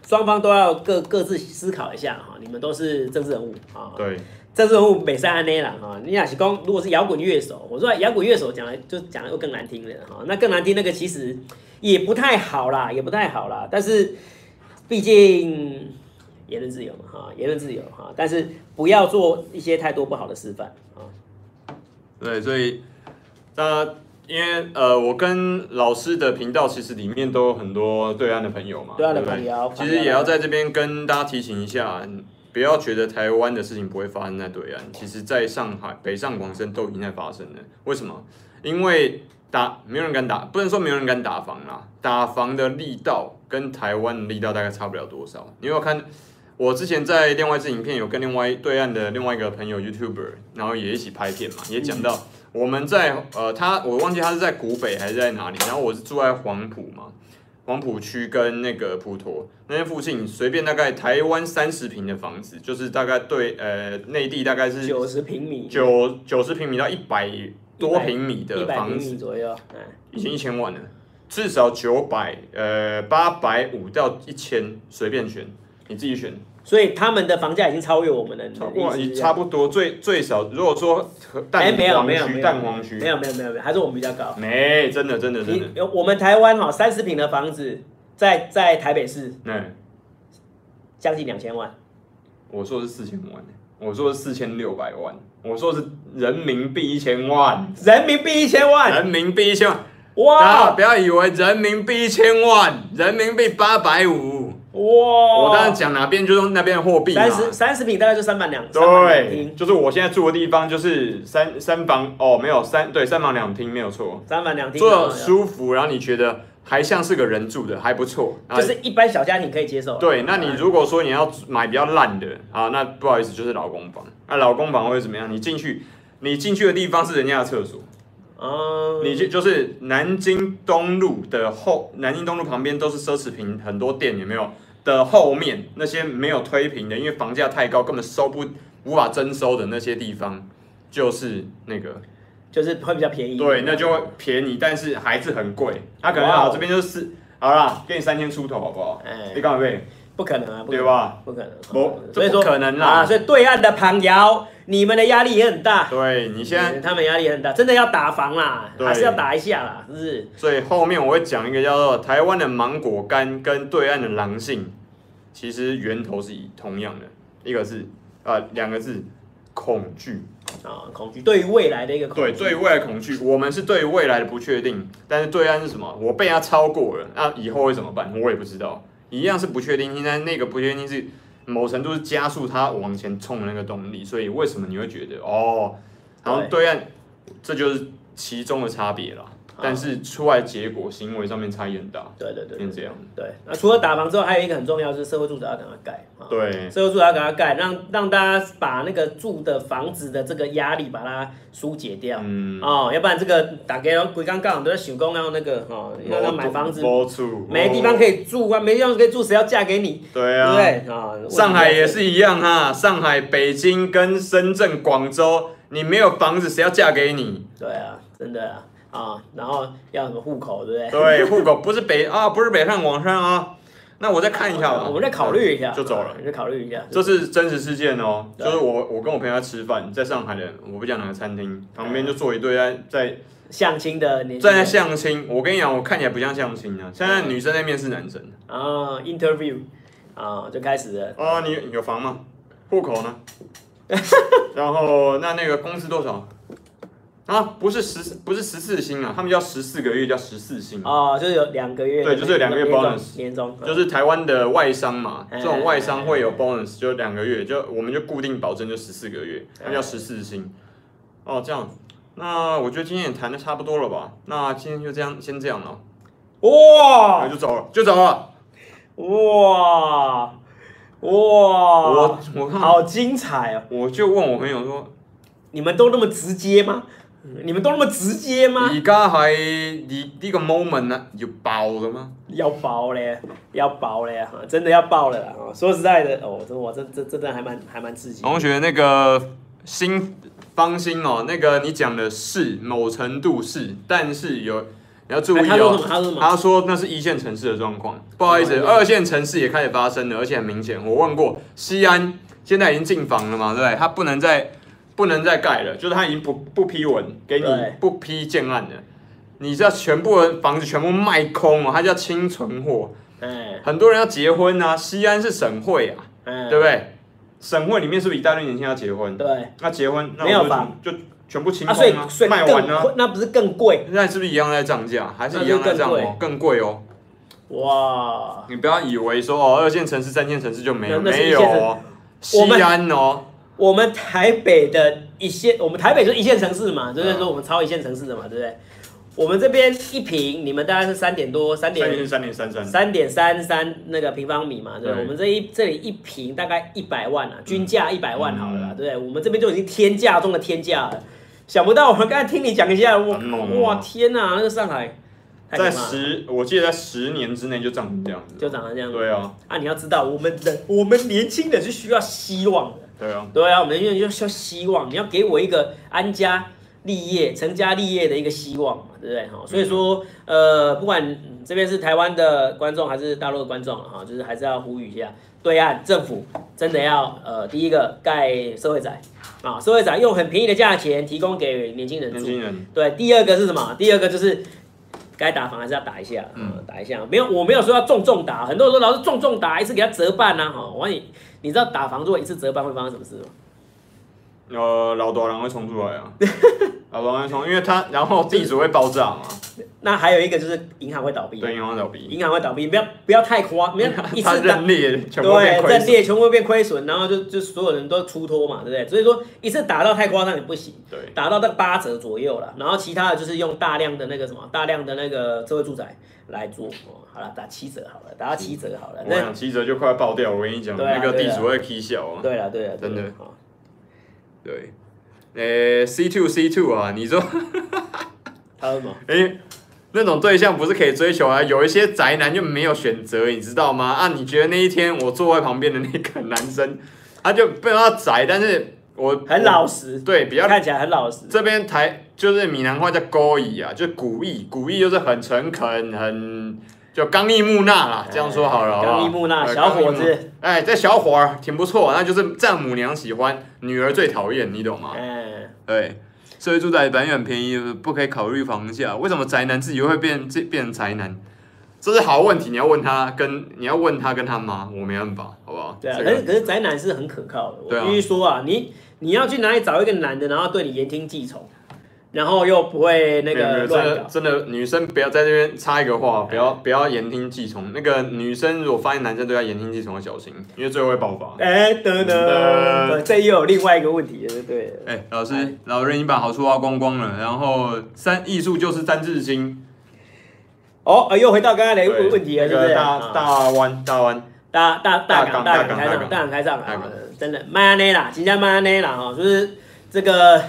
[SPEAKER 1] 双方都要各各自思考一下啊哈。你们都是政治人物啊，
[SPEAKER 4] 对
[SPEAKER 1] 政治人物北山安内啦哈。你俩是讲，如果是摇滚乐手，我说摇滚乐手讲的就讲的又更难听了哈。那更难听那个其实也不太好啦，也不太好啦。但是毕竟言论自由嘛哈，言论自由哈，但是不要做一些太多不好的示范啊。
[SPEAKER 4] 对，所以那因为呃，我跟老师的频道其实里面都有很多对岸的朋友嘛，
[SPEAKER 1] 对
[SPEAKER 4] 对
[SPEAKER 1] 岸的
[SPEAKER 4] 不对
[SPEAKER 1] 朋友
[SPEAKER 4] 其实也要在这边跟大家提醒一下，嗯不要觉得台湾的事情不会发生在对岸，其实在上海、北上广深都已经在发生了。为什么？因为打没有人敢打，不能说没有人敢打防啦，打防的力道跟台湾的力道大概差不了多少。你有看我之前在另外一支影片有跟另外对岸的另外一个朋友 YouTuber，然后也一起拍片
[SPEAKER 1] 嗯
[SPEAKER 4] 嘛，也讲到我们在呃他我忘记他是在古北还是在哪里，然后我是住在黄埔嘛，黄埔区跟那个普陀那边附近，随便大概台湾三十平的房子，就是大概对呃内地大概是
[SPEAKER 1] 九十平米，
[SPEAKER 4] 九九十平米到一百多平米
[SPEAKER 1] 一
[SPEAKER 4] 的
[SPEAKER 1] 百
[SPEAKER 4] 房
[SPEAKER 1] 平
[SPEAKER 4] 子
[SPEAKER 1] 米，左右，嗯。
[SPEAKER 4] 已经一千万了，至少九百呃八百五到一千，随便选，你自己选。
[SPEAKER 1] 所以他们的房价已经超越我们的
[SPEAKER 4] 差
[SPEAKER 1] 能
[SPEAKER 4] 不
[SPEAKER 1] 力
[SPEAKER 4] 多，
[SPEAKER 1] 是
[SPEAKER 4] 你
[SPEAKER 1] 不是
[SPEAKER 4] 差不多最最少，如果说和
[SPEAKER 1] 哎
[SPEAKER 4] 蛋
[SPEAKER 1] 没有
[SPEAKER 4] 黄
[SPEAKER 1] 没有没
[SPEAKER 4] 区，
[SPEAKER 1] 有
[SPEAKER 4] 蛋黄区
[SPEAKER 1] 没有没有没有没有，还是我们比较高。
[SPEAKER 4] 没，真的真的真的
[SPEAKER 1] 你，有我们台湾哈三十平的房子在在台北市
[SPEAKER 4] 哎，
[SPEAKER 1] 将近两千万，
[SPEAKER 4] 我说的是四千万，我说的是四千六百万，我说的是人民币一千万，
[SPEAKER 1] 人民币一千万，
[SPEAKER 4] 人民币一千万，大家
[SPEAKER 1] 哎哇
[SPEAKER 4] 不要以为人民币一千万，人民币八百五，
[SPEAKER 1] 哇！
[SPEAKER 4] 我
[SPEAKER 1] 我
[SPEAKER 4] 当然讲哪边就用那边的货币嘛
[SPEAKER 1] 三。十三十平大概就三万两，三房两
[SPEAKER 4] 对，
[SPEAKER 1] 厅，
[SPEAKER 4] 就是我现在住的地方就是三三房哦，没有三对三房两厅没有错，
[SPEAKER 1] 三房两厅，
[SPEAKER 4] 住
[SPEAKER 1] 然
[SPEAKER 4] 的
[SPEAKER 1] 后
[SPEAKER 4] 舒服，然后你觉得还像是个人住的，还不错。啊
[SPEAKER 1] 就是一般小家庭可以接受啊。
[SPEAKER 4] 对，那你如果说你要买比较烂的啊，那不好意思，就是老公房。那老公房会怎么样？你进去，你进去的地方是人家的厕所，
[SPEAKER 1] 嗯，
[SPEAKER 4] 你就就是南京东路的后，南京东路旁边都是奢侈品，很多店有没有？的后面那些没有推平的，因为房价太高，根本收不无法征收的那些地方，就是那个
[SPEAKER 1] 就是会比较便宜。
[SPEAKER 4] 对，那就会便宜，但是还是很贵。他、可能
[SPEAKER 1] 哇哦
[SPEAKER 4] 啊，这边就是好啦，给你三千出头好不好？
[SPEAKER 1] 哎
[SPEAKER 4] 你干嘛呗？
[SPEAKER 1] 不可能啊，不可能
[SPEAKER 4] 对？吧？
[SPEAKER 1] 不可能，
[SPEAKER 4] 不
[SPEAKER 1] 嗯
[SPEAKER 4] 这不可能啦
[SPEAKER 1] 啊！所以对岸的朋友，你们的压力也很大。
[SPEAKER 4] 对你现在
[SPEAKER 1] 嗯他们压力很大，真的要打防啦，
[SPEAKER 4] 对
[SPEAKER 1] 还是要打一下啦，是不是？
[SPEAKER 4] 所以后面我会讲一个叫做台湾的芒果干跟对岸的狼性，其实源头是一同样的，一个是呃两个字恐惧，
[SPEAKER 1] 啊、恐惧对于未来的一个恐惧。
[SPEAKER 4] 对对未来恐惧，我们是对未来的不确定，但是对岸是什么？我被他超过了，那以后会怎么办？我也不知道，一样是不确定性，但那个不确定性是某程度是加速他往前冲的那个动力，所以为什么你会觉得哦，然后对岸这就是其中的差别啦，但是出来结果行为上面差异很大。
[SPEAKER 1] 对对对
[SPEAKER 4] 变
[SPEAKER 1] 对
[SPEAKER 4] 这样。
[SPEAKER 1] 对那除了打防之后，还有一个很重要就是社会住宅要赶快盖啊。
[SPEAKER 4] 对，
[SPEAKER 1] 社会住宅要赶快盖，让让大家把那个住的房子的这个压力把它疏解掉。
[SPEAKER 4] 嗯，
[SPEAKER 1] 哦，要不然这个打给鬼刚刚都在想讲要那个哦，要要买房子，
[SPEAKER 4] 没处
[SPEAKER 1] 没地方可。以住啊，没地方可以住，谁要嫁给你？
[SPEAKER 4] 对
[SPEAKER 1] 对不
[SPEAKER 4] 啊，
[SPEAKER 1] 对啊？
[SPEAKER 4] 上海也是一样哈，上海、北京跟深圳、广州，你没有房子，谁要嫁给你？
[SPEAKER 1] 对啊，真的啊，啊，然后要什么户口，对不对？
[SPEAKER 4] 对，户口不 是北啊，不是北上广深啊。那我再看一下吧，
[SPEAKER 1] 哦我们再考虑一下，哦
[SPEAKER 4] 就走了。，
[SPEAKER 1] 再考虑一下。
[SPEAKER 4] 这是真实事件哦，
[SPEAKER 1] 对
[SPEAKER 4] 就是我我跟我朋友在吃饭，在上海的，我不讲哪个餐厅，旁边就坐一堆在在
[SPEAKER 1] 相亲的年纪
[SPEAKER 4] 正在相亲，我跟你讲，我看起来不像相亲啊。现在女生在面试男生
[SPEAKER 1] 啊，interview 啊，就开始了。
[SPEAKER 4] 啊，你有房吗？户 口呢？然后那那个工资多少？啊，不是十不是十四薪啊，他们叫十四个月叫十四薪，
[SPEAKER 1] 哦，就是有两个月的
[SPEAKER 4] 对
[SPEAKER 1] 那，
[SPEAKER 4] 就是有两个月
[SPEAKER 1] 年终
[SPEAKER 4] bonus
[SPEAKER 1] 年终嗯
[SPEAKER 4] 就是台湾的外商嘛，
[SPEAKER 1] 哎
[SPEAKER 4] 这种外商会有 bonus，就两个月，就我们就固定保证就十四个
[SPEAKER 1] 哎
[SPEAKER 4] 月，他们叫十四薪。哦，这样，那我觉得今天也谈的差不多了吧？那今天就这样，先这样了，我
[SPEAKER 1] 哇
[SPEAKER 4] 就走了，就走了。
[SPEAKER 1] 哇哇
[SPEAKER 4] 我，我看
[SPEAKER 1] 好精彩哦！
[SPEAKER 4] 我就问我朋友说，
[SPEAKER 1] 你们都那么直接吗？你们都那么直接吗？
[SPEAKER 4] 而家係呢呢個 moment 啊，要爆嘅嗎？
[SPEAKER 1] 要爆嘞，要爆嘞，哈真的要爆了啦！哦说实在的，哦，真我这这真的还蛮还蛮刺激的。
[SPEAKER 4] 同学，那個新方心哦，那個你講的是某程度是，但是有你要注
[SPEAKER 1] 哎
[SPEAKER 4] 意
[SPEAKER 1] 他说什么？。
[SPEAKER 4] 哦
[SPEAKER 1] 他说什么？
[SPEAKER 4] 他说那是一线城市的状况，不好意思，
[SPEAKER 1] 哦
[SPEAKER 4] 二线城市也开始发生了，而且很明显。我问过西安，现在已经禁房了嘛，对不对？他不能再不能再盖了，就是他已经不不批文，给你
[SPEAKER 1] 对
[SPEAKER 4] 不批建案了。你知道全部的房子全部卖空哦，它叫清存货。
[SPEAKER 1] 哎
[SPEAKER 4] 很多人要结婚啊，西安是省会啊，
[SPEAKER 1] 哎，
[SPEAKER 4] 对不对？省会里面是不是一大堆年轻人要结婚？
[SPEAKER 1] 对
[SPEAKER 4] 那结婚那
[SPEAKER 1] 没有
[SPEAKER 4] 我就
[SPEAKER 1] 房
[SPEAKER 4] 就全部清
[SPEAKER 1] 啊，
[SPEAKER 4] 空
[SPEAKER 1] 所以
[SPEAKER 4] 啊，
[SPEAKER 1] 所以
[SPEAKER 4] 卖完啊。
[SPEAKER 1] 更那不是更贵
[SPEAKER 4] 现在是不是一样在涨价？还是一样在涨哦？更贵哦！
[SPEAKER 1] 哇？
[SPEAKER 4] 你不要以为说哦，二线城市、三线城市就没有
[SPEAKER 1] 那那是
[SPEAKER 4] 没
[SPEAKER 1] 一线
[SPEAKER 4] 有
[SPEAKER 1] 城市
[SPEAKER 4] 哦，西
[SPEAKER 1] 我们
[SPEAKER 4] 安哦，
[SPEAKER 1] 我们台北的一线，我们台北就是一线城市
[SPEAKER 4] 嗯
[SPEAKER 1] 嘛，就是说我们超一线城市的嘛，对不对？我们这边一平，你们大概是三点多，三
[SPEAKER 4] 三
[SPEAKER 1] 点
[SPEAKER 4] 零三零三三，
[SPEAKER 1] 三点三三那个平方米嘛，对不对？
[SPEAKER 4] 对
[SPEAKER 1] 我们这一这里一平大概一百万啊，均价一百万好了啦，对
[SPEAKER 4] 嗯
[SPEAKER 1] 不对？我们这边就已经天价中的天价了。想不到我们刚才听你讲一下，哇
[SPEAKER 4] 很猛哦
[SPEAKER 1] 哇天哪、那个上海太可
[SPEAKER 4] 在
[SPEAKER 1] 怕了，
[SPEAKER 4] 十，我记得在十年之内就涨成这样子。
[SPEAKER 1] 就长成这样子。
[SPEAKER 4] 对啊，
[SPEAKER 1] 啊，你要知道，我们人，我们年轻人是需要希望的。
[SPEAKER 4] 对啊，
[SPEAKER 1] 对啊，我们永远就需要希望，你要给我一个安家立业、成家立业的一个希望嘛，对不对？哈，所以说，呃，不管嗯这边是台湾的观众还是大陆的观众啊哈，就是还是要呼吁一下，对岸政府真的要呃，第一个盖社会宅啊，社会宅用很便宜的价钱提供给年轻人
[SPEAKER 4] 年
[SPEAKER 1] 住，
[SPEAKER 4] 轻人
[SPEAKER 1] 对，第二个是什么？第二个就是该打房还是要打一下，嗯，打一下。没有，我没有说要重重打，很多人说老师重重打，一次给他折半呐、啊，哈。万一你知道打房如果一次折半会发生什么事吗？
[SPEAKER 4] 呃，老多人会冲出来 啊，老多人会冲，因为他然后地主会爆炸嘛，
[SPEAKER 1] 那还有一个就是银行会倒闭，啊
[SPEAKER 4] 对，银行倒闭。
[SPEAKER 1] 银行会倒闭，不要不要太夸， 不要嗯一
[SPEAKER 4] 他
[SPEAKER 1] 次打。
[SPEAKER 4] 认列全部被
[SPEAKER 1] 对，
[SPEAKER 4] 亏
[SPEAKER 1] 阵
[SPEAKER 4] 损。
[SPEAKER 1] 列全部会变亏损，然后就就所有人都出脱嘛，对不对？所以说一次打到太夸张也不行，
[SPEAKER 4] 对，
[SPEAKER 1] 打到在八折左右了，然后其他的就是用大量的那个什么，大量的那个社会住宅来做。哦，好了，打七折好了，打到七折好了。
[SPEAKER 4] 我
[SPEAKER 1] 那
[SPEAKER 4] 想七折就快要爆掉，我跟你讲，
[SPEAKER 1] 对啊
[SPEAKER 4] 那个地
[SPEAKER 1] 对啊
[SPEAKER 4] 主会 K 笑啊。
[SPEAKER 1] 对了，对了，
[SPEAKER 4] 真的
[SPEAKER 1] 对了好
[SPEAKER 4] 对，呃，C two C two 啊，你说，
[SPEAKER 1] 他说什 么？
[SPEAKER 4] 诶，那种对象不是可以追求啊？有一些宅男就没有选择，你知道吗？啊，你觉得那一天我坐在旁边的那个男生，他就不知道他宅，但是我
[SPEAKER 1] 很，老实，
[SPEAKER 4] 对，比较
[SPEAKER 1] 看起来很老实。
[SPEAKER 4] 这边台就是闽南话叫勾引啊，就古意，古意就是很诚恳，很就刚毅木讷啦，这样说好了好不好，
[SPEAKER 1] 哎刚毅木讷
[SPEAKER 4] 对
[SPEAKER 1] 小伙。
[SPEAKER 4] 刚毅木
[SPEAKER 1] 子，
[SPEAKER 4] 哎，这小伙儿挺不错，那就是丈母娘喜欢，女儿最讨厌，你懂吗？
[SPEAKER 1] 嗯，
[SPEAKER 4] 对，社会住宅本来很便宜，不可以考虑房价。为什么宅男自己会变这变成宅男？这是好问题，你要问他跟你要问他跟他妈，我没办法，好不好？
[SPEAKER 1] 对啊。
[SPEAKER 4] 这
[SPEAKER 1] 可是可
[SPEAKER 4] 个
[SPEAKER 1] 是宅男是很可靠的，
[SPEAKER 4] 对啊
[SPEAKER 1] 我必须说啊，你你要去哪里找一个男的，然后对你言听计从，然后又不会那
[SPEAKER 4] 没有没
[SPEAKER 1] 个
[SPEAKER 4] 有真
[SPEAKER 1] 乱
[SPEAKER 4] 的
[SPEAKER 1] 搞，哎
[SPEAKER 4] 真的女生不要在这边插一个话，不要不要言听计从。那个女生如果发现男生对她言听计从，要小心，因为最后会爆发。
[SPEAKER 1] 哎，等
[SPEAKER 4] 嗯
[SPEAKER 1] 等，这又有另外一个问题了，对不对了？
[SPEAKER 4] 哎、老师，老人已经把好处挖光光了，然后三艺术就是三字经，
[SPEAKER 1] 哦，呃又回到刚才的
[SPEAKER 4] 对
[SPEAKER 1] 问问题了，是
[SPEAKER 4] 那
[SPEAKER 1] 不
[SPEAKER 4] 个
[SPEAKER 1] 是？
[SPEAKER 4] 大
[SPEAKER 1] 啊
[SPEAKER 4] 大湾大湾，
[SPEAKER 1] 大大大港
[SPEAKER 4] 大
[SPEAKER 1] 大
[SPEAKER 4] 港
[SPEAKER 1] 港开上，
[SPEAKER 4] 大
[SPEAKER 1] 大港开上
[SPEAKER 4] 大
[SPEAKER 1] 啊
[SPEAKER 4] 港！
[SPEAKER 1] 真的，迈阿密啦，新加坡迈阿密啦哈，就是这个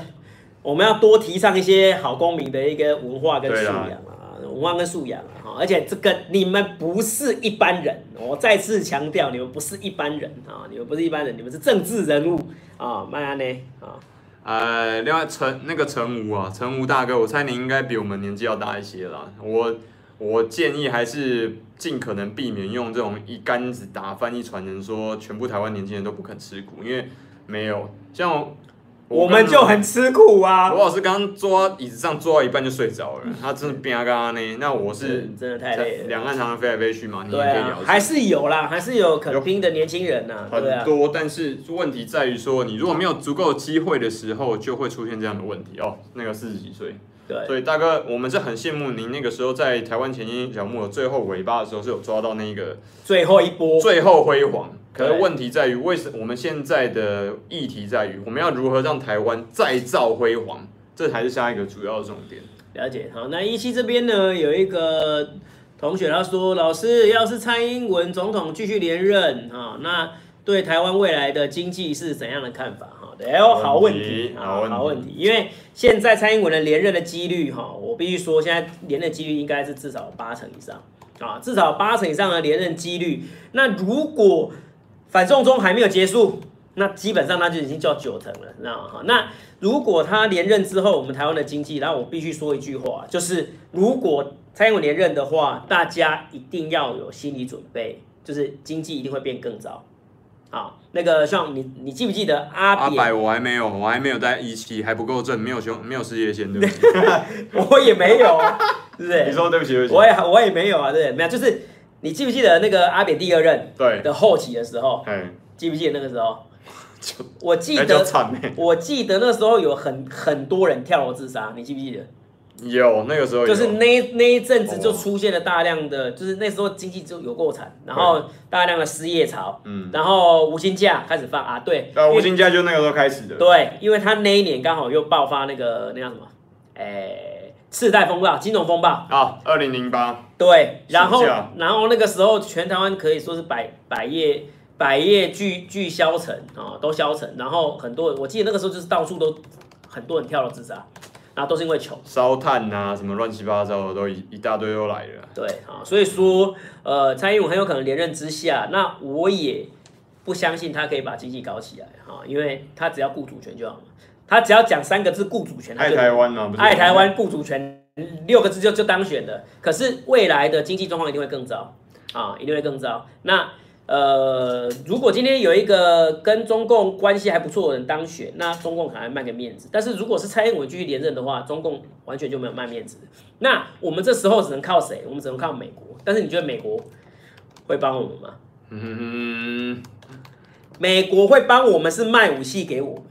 [SPEAKER 1] 我们要多提倡一些好公民的一个文化跟
[SPEAKER 4] 对
[SPEAKER 1] 素
[SPEAKER 4] 啦
[SPEAKER 1] 养啊，文化跟素养啊哈，而且这个你们不是一般人，我再次强调，你们不是一般人啊，你们不是一般人，你们是政治人物啊，迈阿密啊，
[SPEAKER 4] 呃，另外陈那个陈吴啊，陈吴大哥，我猜你应该比我们年纪要大一些啦。我我建议还是尽可能避免用这种一竿子打翻一船人，说全部台湾年轻人都不肯吃苦，因为没有像我
[SPEAKER 1] 我们就很吃苦啊
[SPEAKER 4] 罗。老师刚刚坐到椅子上坐到一半就睡着了，他真的变嘎嘎呢。那我是
[SPEAKER 1] 真的太累了。
[SPEAKER 4] 两岸常常飞来飞去嘛，你也
[SPEAKER 1] 对
[SPEAKER 4] 可以
[SPEAKER 1] 啊
[SPEAKER 4] 了，解。
[SPEAKER 1] 还是有啦，还是有肯拼的年轻人呐、对
[SPEAKER 4] 很
[SPEAKER 1] 啊。
[SPEAKER 4] 多，但是问题在于说，你如果没有足够机会的时候，就会出现这样的问题哦。那个四十几岁，
[SPEAKER 1] 对，
[SPEAKER 4] 所以大哥，我们是很羡慕您那个时候在台湾前一小木偶最后尾巴的时候是有抓到那个
[SPEAKER 1] 最后一波，
[SPEAKER 4] 最后辉煌。可是
[SPEAKER 1] 对
[SPEAKER 4] 问题在于，为什我们现在的议题在于，我们要如何让台湾再造辉煌，这才是下一个主要的重点。
[SPEAKER 1] 了解。好，那一期这边呢有一个同学他说，老师，要是蔡英文总统继续连任啊、那对台湾未来的经济是怎样的看法？哈，哎呦，好问题，
[SPEAKER 4] 好
[SPEAKER 1] 好
[SPEAKER 4] 问题
[SPEAKER 1] 好问题，因为现在蔡英文的连任的几率哈，我必须说，现在连任几率应该是至少八成以上啊，至少八成以上的连任几率。那如果反送中还没有结束，那基本上他就已经叫九成了，你知道吗？哈那如果他连任之后，我们台湾的经济，然后我必须说一句话，就是如果蔡英文连任的话，大家一定要有心理准备，就是经济一定会变更糟。啊，那个像你，你记不记得阿扁
[SPEAKER 4] 阿啊百我还没有，我还没有在一期，还不够正，没有兄，没有事业线，对不对？
[SPEAKER 1] 我也没有， 啊，对不
[SPEAKER 4] 你
[SPEAKER 1] 对？
[SPEAKER 4] 说对不起，对不
[SPEAKER 1] 我
[SPEAKER 4] 起，
[SPEAKER 1] 也我也没有啊，对不对？没有，就是你记不记得那个阿扁第二任
[SPEAKER 4] 对，
[SPEAKER 1] 的后期的时候，
[SPEAKER 4] 哎，
[SPEAKER 1] 记不记得那个时候？
[SPEAKER 4] 就
[SPEAKER 1] 我记
[SPEAKER 4] 哎就
[SPEAKER 1] 得，
[SPEAKER 4] 惨呢。
[SPEAKER 1] 我记得那时候有很很多人跳楼自杀，你记不记得？
[SPEAKER 4] 有那个时候哦有哦
[SPEAKER 1] 就是那一那一阵子就出现了大量的，就是那时候经济就有够惨，然后大量的失业潮，
[SPEAKER 4] 嗯，
[SPEAKER 1] 然后无薪假开始放啊，对，
[SPEAKER 4] 呃，
[SPEAKER 1] 因
[SPEAKER 4] 无
[SPEAKER 1] 为
[SPEAKER 4] 薪假就那个时候开始的，
[SPEAKER 1] 对，因为他那一年刚好又爆发那个那叫什么，哎、次贷风暴、金融风暴。
[SPEAKER 4] 啊，二零零八，
[SPEAKER 1] 对，然后
[SPEAKER 4] 暑假
[SPEAKER 1] 然后那个时候全台湾可以说是百百业百业俱俱消沉啊、都消沉。然后很多人，我记得那个时候就是到处都很多人跳楼自杀，然后都是因为穷。
[SPEAKER 4] 烧炭啊，什么乱七八糟的都一一大堆都来了，
[SPEAKER 1] 对啊、所以说呃，蔡英文很有可能连任之下，那我也不相信他可以把经济搞起来哈、因为他只要顾主权就好了，他只要讲三个字顾主权，他
[SPEAKER 4] 爱
[SPEAKER 1] 就
[SPEAKER 4] 台湾啊嘛，不是
[SPEAKER 1] 爱台，湾顾主权六个字就就当选了。可是未来的经济状况一定会更糟啊，一定会更糟。那呃，如果今天有一个跟中共关系还不错的人当选，那中共可能还卖个面子。但是如果是蔡英文继续连任的话，中共完全就没有卖面子。那我们这时候只能靠谁？我们只能靠美国。但是你觉得美国会帮我们吗？
[SPEAKER 4] 嗯，
[SPEAKER 1] 美国会帮我们是卖武器给我们，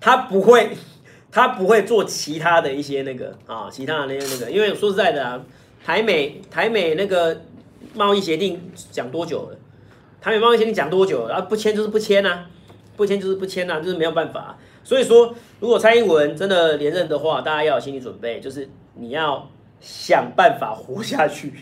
[SPEAKER 1] 他不会， 他不会做其他的一些那个啊，其他的那些那个，因为说实在的啊，台美台美那个贸易协定讲多久了？台美贸易协定讲多久了？啊，不签就是不签啊，不签就是不签啊，就是没有办法啊、所以说，如果蔡英文真的连任的话，大家要有心理准备，就是你要想办法活下去。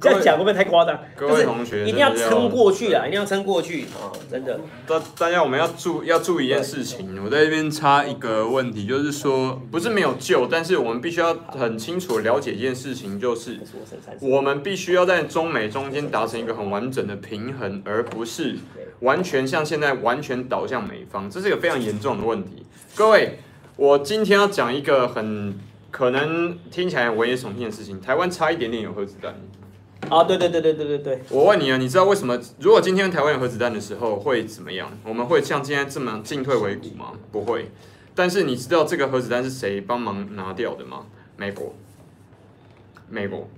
[SPEAKER 1] 这样讲会不会太夸张？
[SPEAKER 4] 各
[SPEAKER 1] 就
[SPEAKER 4] 位
[SPEAKER 1] 是
[SPEAKER 4] 同学
[SPEAKER 1] 一定要
[SPEAKER 4] 真的要
[SPEAKER 1] 撑过去啊！一定要撑过去啊！真的，
[SPEAKER 4] 大大家我们要注要注意一件事情，我在这边插一个问题，就是说不是没有救，但是我们必须要很清楚地了解一件事情，就是
[SPEAKER 1] 这是我剩三十。
[SPEAKER 4] 我们必须要在中美中间达成一个很完整的平衡，而不是完全像现在完全倒向美方，这是一个非常严重的问题。各位，我今天要讲一个很可能听起来危言耸听的事情，台湾差一点点有核子弹。哦
[SPEAKER 1] 啊，对对对对对对对，
[SPEAKER 4] 我问你啊，你知道为什么？如果今天台湾有核子弹的时候会怎么样？我们会像现在这么进退维谷吗？不会。但是你知道这个核子弹是谁帮忙拿掉的吗？美国，美国，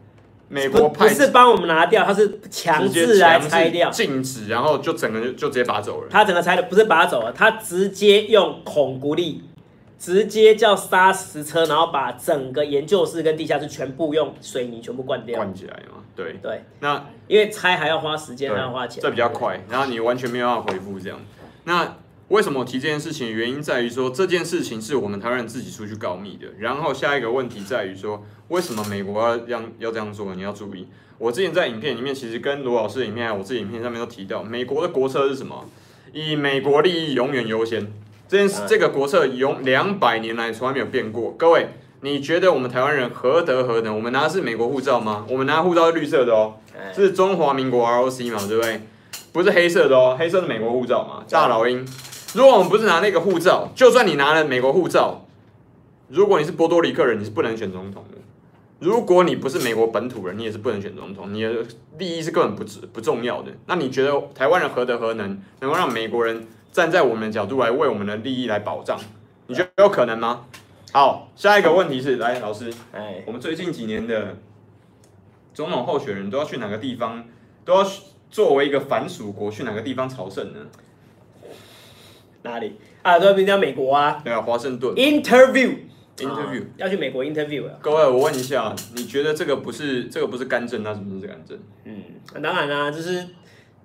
[SPEAKER 4] 美国
[SPEAKER 1] 不不
[SPEAKER 4] 派
[SPEAKER 1] 是帮我们拿掉，他是强
[SPEAKER 4] 直接
[SPEAKER 1] 制来
[SPEAKER 4] 强制
[SPEAKER 1] 拆掉。
[SPEAKER 4] 禁止，然后就整个就就直接拔走了。
[SPEAKER 1] 他整个拆的不是拔走了，他直接用孔骨力，直接叫砂石车，然后把整个研究室跟地下室全部用水泥全部灌掉。
[SPEAKER 4] 灌起来嘛，对，
[SPEAKER 1] 对，
[SPEAKER 4] 那
[SPEAKER 1] 因为拆还要花时间，
[SPEAKER 4] 对
[SPEAKER 1] 还要花钱。
[SPEAKER 4] 这比较快，然后你完全没有办法回复这样。那为什么我提这件事情？原因在于说这件事情是我们台湾人自己出去告密的。然后下一个问题在于说，为什么美国要让要这样做？你要注意，我之前在影片里面，其实跟罗老师的影片啊还有我自己影片上面都提到，美国的国策是什么？以美国利益永远优先。这件事
[SPEAKER 1] 嗯
[SPEAKER 4] 这个国策永两百年来从来没有变过。各位，你觉得我们台湾人何德何能？我们拿的是美国护照吗？我们拿的护照是绿色的哦，
[SPEAKER 1] 哎
[SPEAKER 4] 是中华民国 ROC 嘛，对不对？不是黑色的哦，黑色是美国护照嘛，大老鹰。如果我们不是拿那个护照，就算你拿了美国护照，如果你是波多黎各人，你是不能选总统的。如果你不是美国本土人，你也是不能选总统，你的利益是根本不值不重要的。那你觉得台湾人何德何能，能够让美国人站在我们的角度来为我们的利益来保障？你觉得有可能吗？好，下一个问题是，来老师，
[SPEAKER 1] 哎，
[SPEAKER 4] 我们最近几年的总统候选人都要去哪个地方，都要去作为一个反属国去哪个地方朝圣呢？
[SPEAKER 1] 哪里啊？都要比较美国啊
[SPEAKER 4] 对啊，华盛顿。
[SPEAKER 1] ，interview
[SPEAKER 4] Interview
[SPEAKER 1] 啊要去美国 interview 啊。
[SPEAKER 4] 各位，我问一下，你觉得这个不是这个不是干政，那什么是干政？
[SPEAKER 1] 嗯，当然啦、就是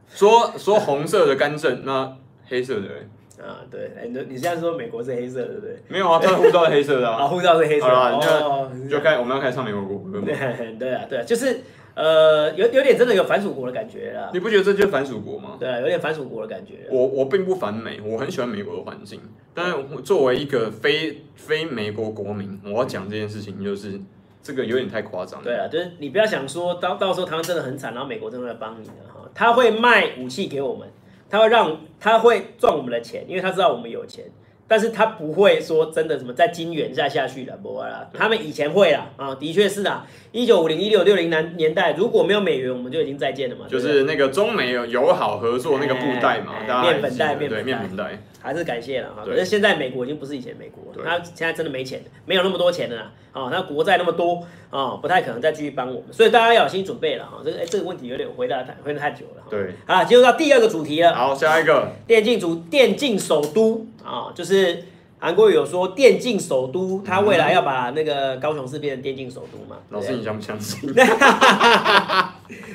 [SPEAKER 4] 说说红色的干政，那黑色的、欸、
[SPEAKER 1] 啊，对，哎，你你现在说美国是黑色的，对不对？
[SPEAKER 4] 没有啊，他的护照是黑色的
[SPEAKER 1] 啊，
[SPEAKER 4] 啊。
[SPEAKER 1] 护照是黑色的，
[SPEAKER 4] 好啦
[SPEAKER 1] 哦，
[SPEAKER 4] 就开我们要开始唱美国国歌吗？
[SPEAKER 1] 对对啊，对啊，就是呃，有有点真的有反蜀国的感觉啦，
[SPEAKER 4] 你不觉得这就是反属国吗？
[SPEAKER 1] 对啊，有点反蜀国的感觉啦。
[SPEAKER 4] 我我并不反美，我很喜欢美国的环境，但是我作为一个非非美国国民，我要讲这件事情就是这个有点太夸张了。
[SPEAKER 1] 对啊，就是你不要想说到到时候台湾真的很惨，然后美国真的会帮你的啊哈，他会卖武器给我们，他会让他会赚我们的钱，因为他知道我们有钱，但是他不会说真的什么在金元再下去了，不会啦，他们以前会啦啊，的确是啊，一九五零一六六零年年代如果没有美元，我们就已经再见了嘛，对
[SPEAKER 4] 就
[SPEAKER 1] 不对啊
[SPEAKER 4] 是那个中美友友好合作那个布袋嘛，
[SPEAKER 1] 哎
[SPEAKER 4] 大家还
[SPEAKER 1] 面粉袋
[SPEAKER 4] 记得对
[SPEAKER 1] 面
[SPEAKER 4] 面
[SPEAKER 1] 粉
[SPEAKER 4] 粉袋，
[SPEAKER 1] 还是感谢了啊。
[SPEAKER 4] 对
[SPEAKER 1] 可是现在美国已经不是以前美国了，
[SPEAKER 4] 对
[SPEAKER 1] 他现在真的没钱，没有那么多钱了啦。哦，那国债那么多啊、哦，不太可能再继续帮我们，所以大家要有心理准备了哈、这个哎，这个问题有点回答太回答太久了哈。
[SPEAKER 4] 对，
[SPEAKER 1] 好了，进入到第二个主题了。
[SPEAKER 4] 好，下一个
[SPEAKER 1] 电竞主电竞首都啊、就是韩国瑜有说电竞首都，他未来要把那个高雄市变成电竞首都嘛。
[SPEAKER 4] 老
[SPEAKER 1] 对
[SPEAKER 4] 师
[SPEAKER 1] 不对
[SPEAKER 4] 你相不相信？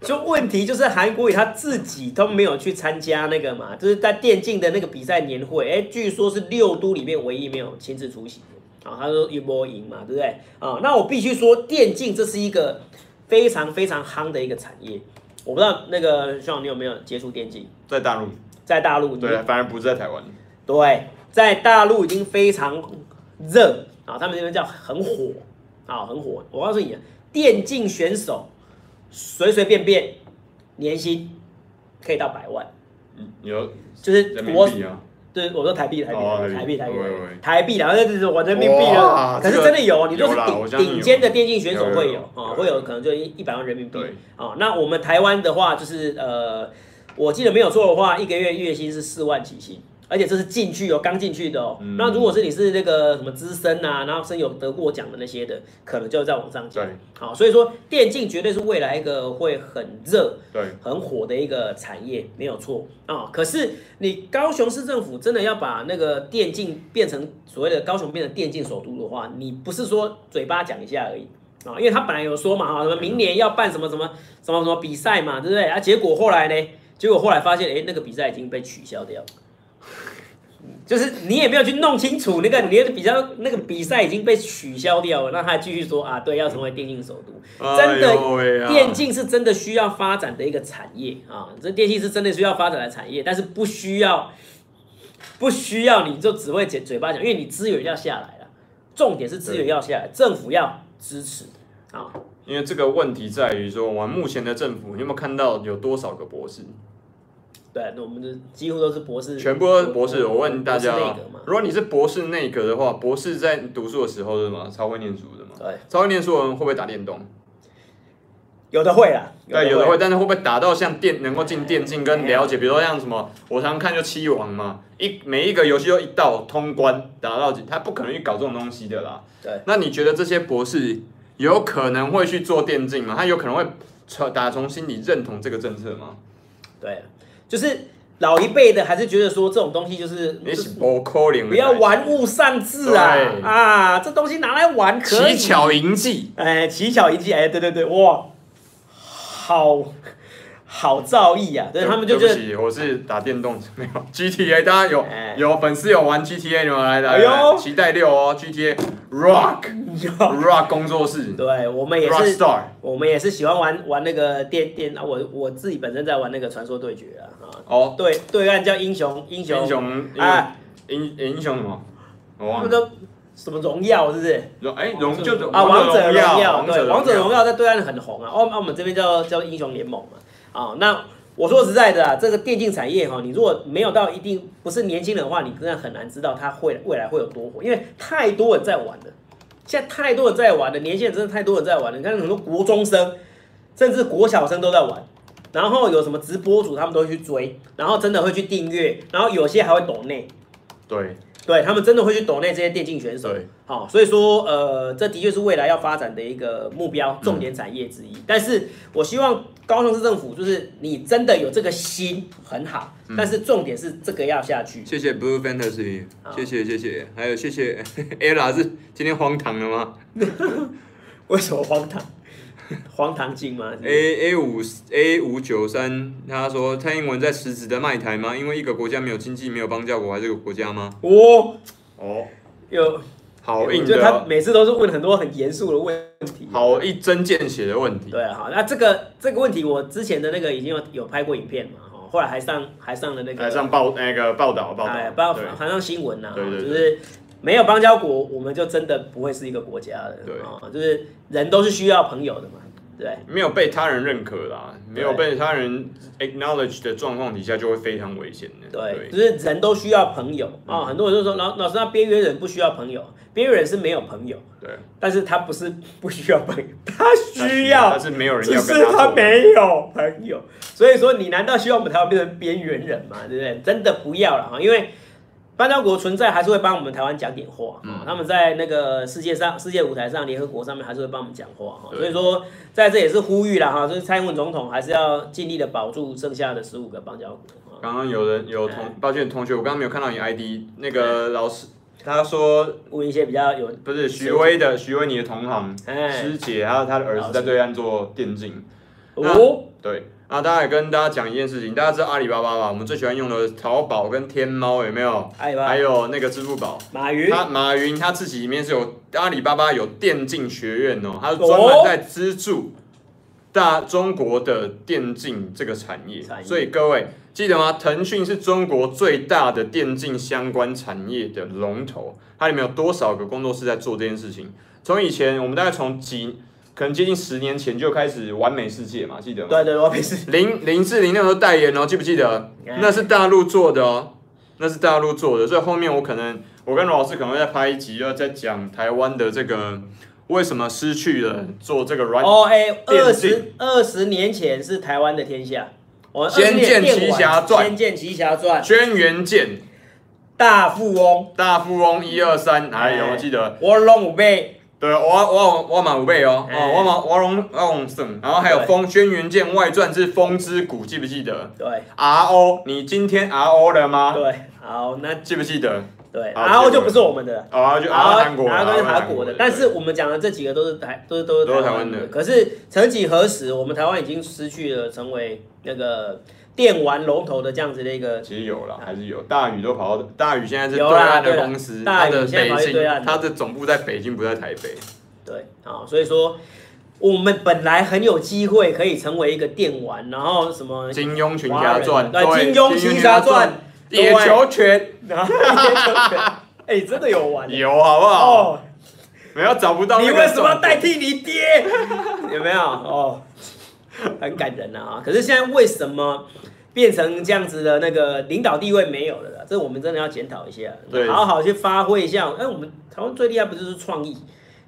[SPEAKER 1] 就问题就是韩国瑜他自己都没有去参加那个嘛，就是在电竞的那个比赛年会，哎、据说是六都里面唯一没有亲自出席的。啊、他说一波赢嘛，对不对？啊、那我必须说，电竞这是一个非常非常夯的一个产业。我不知道那个徐老，你有没有接触电竞？
[SPEAKER 4] 在大陆，
[SPEAKER 1] 在大陆，你
[SPEAKER 4] 对，啊反而不是在台湾。
[SPEAKER 1] 对，在大陆已经非常热啊，他们这边叫很火啊，很火。我告诉你，电竞选手随随便便年薪可以到百万，
[SPEAKER 4] 你你说
[SPEAKER 1] 就是
[SPEAKER 4] 人民
[SPEAKER 1] 国
[SPEAKER 4] 币啊？
[SPEAKER 1] 对，我说台币台币
[SPEAKER 4] 哦
[SPEAKER 1] 台币台币
[SPEAKER 4] 喂喂
[SPEAKER 1] 台币啦，那就是我人民币了
[SPEAKER 4] 哇。
[SPEAKER 1] 可是
[SPEAKER 4] 这个
[SPEAKER 1] 真的有，你就是
[SPEAKER 4] 有啦我
[SPEAKER 1] 顶
[SPEAKER 4] 相信有
[SPEAKER 1] 顶尖的电竞选手会
[SPEAKER 4] 有有
[SPEAKER 1] 有
[SPEAKER 4] 有
[SPEAKER 1] 啊，
[SPEAKER 4] 有
[SPEAKER 1] 会有可能就一一百万人民币
[SPEAKER 4] 对
[SPEAKER 1] 啊。那我们台湾的话，就是呃，我记得没有错的话，一个月月薪是四万起薪。而且这是进去哦，刚进去的哦。
[SPEAKER 4] 嗯
[SPEAKER 1] 那如果是你是那个什么资深啊，然后是有得过奖的那些的，可能就再往上加
[SPEAKER 4] 对。
[SPEAKER 1] 好，所以说电竞绝对是未来一个会很热，
[SPEAKER 4] 对，
[SPEAKER 1] 很火的一个产业，没有错啊、可是你高雄市政府真的要把那个电竞变成所谓的高雄变成电竞首都的话，你不是说嘴巴讲一下而已啊、因为他本来有说嘛，啊，什么明年要办什么什么什么什么比赛嘛，对不对啊？结果后来呢？结果后来发现，哎，那个比赛已经被取消掉了。就是你也没有去弄清楚那个你的比较那个比赛已经被取消掉了，那他还继续说啊，对，要成为电竞首都，真的
[SPEAKER 4] 哎呦喂啊
[SPEAKER 1] 电竞是真的需要发展的一个产业啊，这电竞是真的需要发展的产业，但是不需要，不需要你就只会嘴嘴巴讲，因为你资源要下来了，重点是资源要下来，政府要支持啊，
[SPEAKER 4] 因为这个问题在于说，我们目前的政府，你有没有看到有多少个博士？
[SPEAKER 1] 对，那我们就几乎都是博士，嗯
[SPEAKER 4] 全部都是博士。我问大家哦
[SPEAKER 1] 博士内阁嘛，
[SPEAKER 4] 如果你是博士内阁的话，博士在读书的时候是吗？超会念书的嘛？
[SPEAKER 1] 对，
[SPEAKER 4] 超会念书的人会不会打电动？
[SPEAKER 1] 有的会啦，
[SPEAKER 4] 对，有
[SPEAKER 1] 的
[SPEAKER 4] 的会，但是会不会打到像电能够进电竞跟了解，比如说像什么，我常看就七王嘛，一每一个游戏都一到通关打到几，他不可能去搞这种东西的啦。
[SPEAKER 1] 对，
[SPEAKER 4] 那你觉得这些博士有可能会去做电竞吗？他有可能会从打从心里认同这个政策吗？
[SPEAKER 1] 对，啊就是老一辈的还是觉得说这种东西就是
[SPEAKER 4] 也许不可能。
[SPEAKER 1] 不要玩物丧志啊
[SPEAKER 4] 对
[SPEAKER 1] 啊，这东西拿来玩可以
[SPEAKER 4] 乞。巧银技，
[SPEAKER 1] 哎，乞巧一记，哎，对对对，哇，好好造诣啊！对他们就觉
[SPEAKER 4] 对
[SPEAKER 1] 得
[SPEAKER 4] 不，起，我是打电动没有 GTA，大家有
[SPEAKER 1] 哎
[SPEAKER 4] 有粉丝有玩 GTA 的吗？来来
[SPEAKER 1] 哎呦
[SPEAKER 4] 来，期待六哦，GTA Rock Rock 工作室
[SPEAKER 1] 对我们也
[SPEAKER 4] ，Rock
[SPEAKER 1] 是，
[SPEAKER 4] Star。
[SPEAKER 1] 我们也是喜欢玩玩那个电电啊，我我自己本身在玩那个传说对决啊，啊，
[SPEAKER 4] 哦，
[SPEAKER 1] 对对岸叫英雄英雄
[SPEAKER 4] 英雄
[SPEAKER 1] 啊，
[SPEAKER 4] 英英雄什么？
[SPEAKER 1] 他
[SPEAKER 4] 我忘
[SPEAKER 1] 们
[SPEAKER 4] 了。
[SPEAKER 1] 都什么荣耀是不是？
[SPEAKER 4] 荣哎荣就
[SPEAKER 1] 啊，王者荣
[SPEAKER 4] 耀，
[SPEAKER 1] 耀，对，王
[SPEAKER 4] 王
[SPEAKER 1] 者
[SPEAKER 4] 者
[SPEAKER 1] 荣
[SPEAKER 4] 荣耀。
[SPEAKER 1] 耀在对岸很红啊。哦，那我们这边叫叫英雄联盟嘛。啊、那我说实在的啊，这个电竞产业哈，你如果没有到一定不是年轻人的话，你真的很难知道它会未来会有多火，因为太多人在玩了。现在太多人在玩了，年轻人真的太多人在玩了。你看很多国中生，甚至国小生都在玩。然后有什么直播主，他们都会去追，然后真的会去订阅，然后有些还会抖内，
[SPEAKER 4] 对
[SPEAKER 1] 对他们真的会去抖内这些电竞选手。
[SPEAKER 4] 对，
[SPEAKER 1] 好、所以说呃，这的确是未来要发展的一个目
[SPEAKER 4] 嗯
[SPEAKER 1] 标，重点产业之一。但是我希望高雄市政府就是你真的有这个心很好，
[SPEAKER 4] 嗯
[SPEAKER 1] 但是重点是这个要下去。
[SPEAKER 4] 谢谢 Blue Fantasy，
[SPEAKER 1] 好
[SPEAKER 4] 谢谢谢谢，还有谢谢 Ella 是今天荒唐了吗
[SPEAKER 1] 为什么荒唐？ 荒唐精吗？是不是
[SPEAKER 4] ？A A 五 A 五九三，他说蔡英文在实质的卖台吗？因为一个国家没有经济，没有邦交国，还是个国家吗？
[SPEAKER 1] 哦，
[SPEAKER 4] 哦，
[SPEAKER 1] 有，
[SPEAKER 4] 好硬
[SPEAKER 1] 我觉得他
[SPEAKER 4] 的，啊哦
[SPEAKER 1] 每次都是问很多很严肃的问题。
[SPEAKER 4] 好一针见血的问题。
[SPEAKER 1] 对啊，好，那这个这个问题，我之前的那个已经有有拍过影片嘛，哦，后来还上还上了那个
[SPEAKER 4] 来上报那个报道报
[SPEAKER 1] 哎
[SPEAKER 4] 道，
[SPEAKER 1] 报
[SPEAKER 4] 对
[SPEAKER 1] 还上新闻呐、啊
[SPEAKER 4] 对对对
[SPEAKER 1] 就是没有邦交国，我们就真的不会是一个国家了，
[SPEAKER 4] 对
[SPEAKER 1] 哦，就是人都是需要朋友的嘛，对，
[SPEAKER 4] 没有被他人认可啦，没有被他人 acknowledge 的状况底下，就会非常危险的。
[SPEAKER 1] 对，就是人都需要朋友
[SPEAKER 4] 嗯
[SPEAKER 1] 啊、哦很多人就说老老师，那边缘人不需要朋友，边缘人是没有朋友，
[SPEAKER 4] 对，
[SPEAKER 1] 但是他不是 不需要朋友，他需要
[SPEAKER 4] 但是没有人
[SPEAKER 1] 只
[SPEAKER 4] 要跟
[SPEAKER 1] 是他
[SPEAKER 4] 他做
[SPEAKER 1] 没有朋友，所以说你难道希望我们台湾变成边缘人吗？对不对？真的不要了哈，因为邦交国存在还是会帮我们台湾讲点话啊、
[SPEAKER 4] 嗯
[SPEAKER 1] 他们在那个世界上、世界舞台上、联合国上面还是会帮我们讲话哈、
[SPEAKER 4] 对
[SPEAKER 1] 所以说，在这也是呼吁了哈，就是蔡英文总统还是要尽力的保住剩下的十五个邦交国。啊
[SPEAKER 4] 刚刚有人有同，抱歉同学，我刚刚没有看到你 ID。那个老师他说
[SPEAKER 1] 问一些比较有
[SPEAKER 4] 不是徐威的，徐威你的同行
[SPEAKER 1] 哎
[SPEAKER 4] 师姐，还有他的儿子在对岸做电竞。那
[SPEAKER 1] 哦，
[SPEAKER 4] 对，啊，大家也跟大家讲一件事情，大家知道阿里巴巴吧？我们最喜欢用的淘宝跟天猫有没有？
[SPEAKER 1] 哎吧
[SPEAKER 4] 还，有那个支付宝。
[SPEAKER 1] 马云
[SPEAKER 4] 他马云他自己里面是有阿里巴巴有电竞学院哦，他是专门在资助
[SPEAKER 1] 哦
[SPEAKER 4] 大中国的电竞这个产业。
[SPEAKER 1] 产业
[SPEAKER 4] 所以各位记得吗？腾讯是中国最大的电竞相关产业的龙头，它里面有多少个工作室在做这件事情？从以前我们大概从几可能接近十年前就开始完美世界嘛，记得吗？
[SPEAKER 1] 对对，罗佩斯，
[SPEAKER 4] 林林志玲那时候代言哦，记不记得？
[SPEAKER 1] 哎
[SPEAKER 4] 那是大陆做的哦，那是大陆做的，所以后面我可能我跟罗老师可能会再拍一集，要再讲台湾的这个为什么失去了做这个软。
[SPEAKER 1] 哦哎，二
[SPEAKER 4] 电
[SPEAKER 1] 十
[SPEAKER 4] 竞
[SPEAKER 1] 二十年前是台湾的天下，我们
[SPEAKER 4] 仙剑
[SPEAKER 1] 20年电玩
[SPEAKER 4] 奇侠传
[SPEAKER 1] 仙剑奇侠传，
[SPEAKER 4] 轩辕剑、
[SPEAKER 1] 大富翁，
[SPEAKER 4] 大富翁一二三，还有
[SPEAKER 1] 哎
[SPEAKER 4] 我记得，
[SPEAKER 1] 我龙五倍，
[SPEAKER 4] 对，我我我满五倍哦，
[SPEAKER 1] 哎
[SPEAKER 4] 哦，我满我龙我龙胜，然后还有
[SPEAKER 1] 对
[SPEAKER 4] 风轩辕剑外传之风之谷，记不记得
[SPEAKER 1] 对
[SPEAKER 4] ？RO，你今天 RO 了吗？
[SPEAKER 1] 对，好，那
[SPEAKER 4] 记不记得？
[SPEAKER 1] 对，
[SPEAKER 4] 啊好
[SPEAKER 1] 然后
[SPEAKER 4] 结
[SPEAKER 1] 就
[SPEAKER 4] 果
[SPEAKER 1] 不是我们的了。
[SPEAKER 4] 哦，就 RO 韩国的，
[SPEAKER 1] 然后
[SPEAKER 4] RO
[SPEAKER 1] 跟韩国的，但
[SPEAKER 4] 对
[SPEAKER 1] 是我们讲的这几个都是台，都是都是
[SPEAKER 4] 都是
[SPEAKER 1] 台
[SPEAKER 4] 台
[SPEAKER 1] 湾
[SPEAKER 4] 湾的
[SPEAKER 1] 的。可是曾几何时，我们台湾已经失去了成为那个电玩龙头的这样子的一个
[SPEAKER 4] 其实有了，还是有。大宇都跑到大宇，现在是
[SPEAKER 1] 嗯有
[SPEAKER 4] 对
[SPEAKER 1] 啦
[SPEAKER 4] 岸的公
[SPEAKER 1] 对啦
[SPEAKER 4] 司，
[SPEAKER 1] 大
[SPEAKER 4] 它
[SPEAKER 1] 宇
[SPEAKER 4] 的
[SPEAKER 1] 现在
[SPEAKER 4] 北
[SPEAKER 1] 跑去对岸
[SPEAKER 4] 京，
[SPEAKER 1] 了
[SPEAKER 4] 它的总部在北京，不在台北。
[SPEAKER 1] 对啊、所以说我们本来很有机会可以成为一个电玩，然后什么
[SPEAKER 4] 金庸群侠传，
[SPEAKER 1] 对
[SPEAKER 4] 对
[SPEAKER 1] 金庸群侠传，
[SPEAKER 4] 金庸群侠传野球拳
[SPEAKER 1] 然后 哎、真的有玩
[SPEAKER 4] 有好不好？
[SPEAKER 1] 哦，
[SPEAKER 4] 没有找不到。
[SPEAKER 1] 你为什么要代？替你 爹？有没有？哦，很感人啊！可是现在为什么变成这样子的那个领导地位没有了啦？这我们真的要检讨一下，
[SPEAKER 4] 对
[SPEAKER 1] 好好去发挥一下。哎、我们台湾最厉害不就是创意？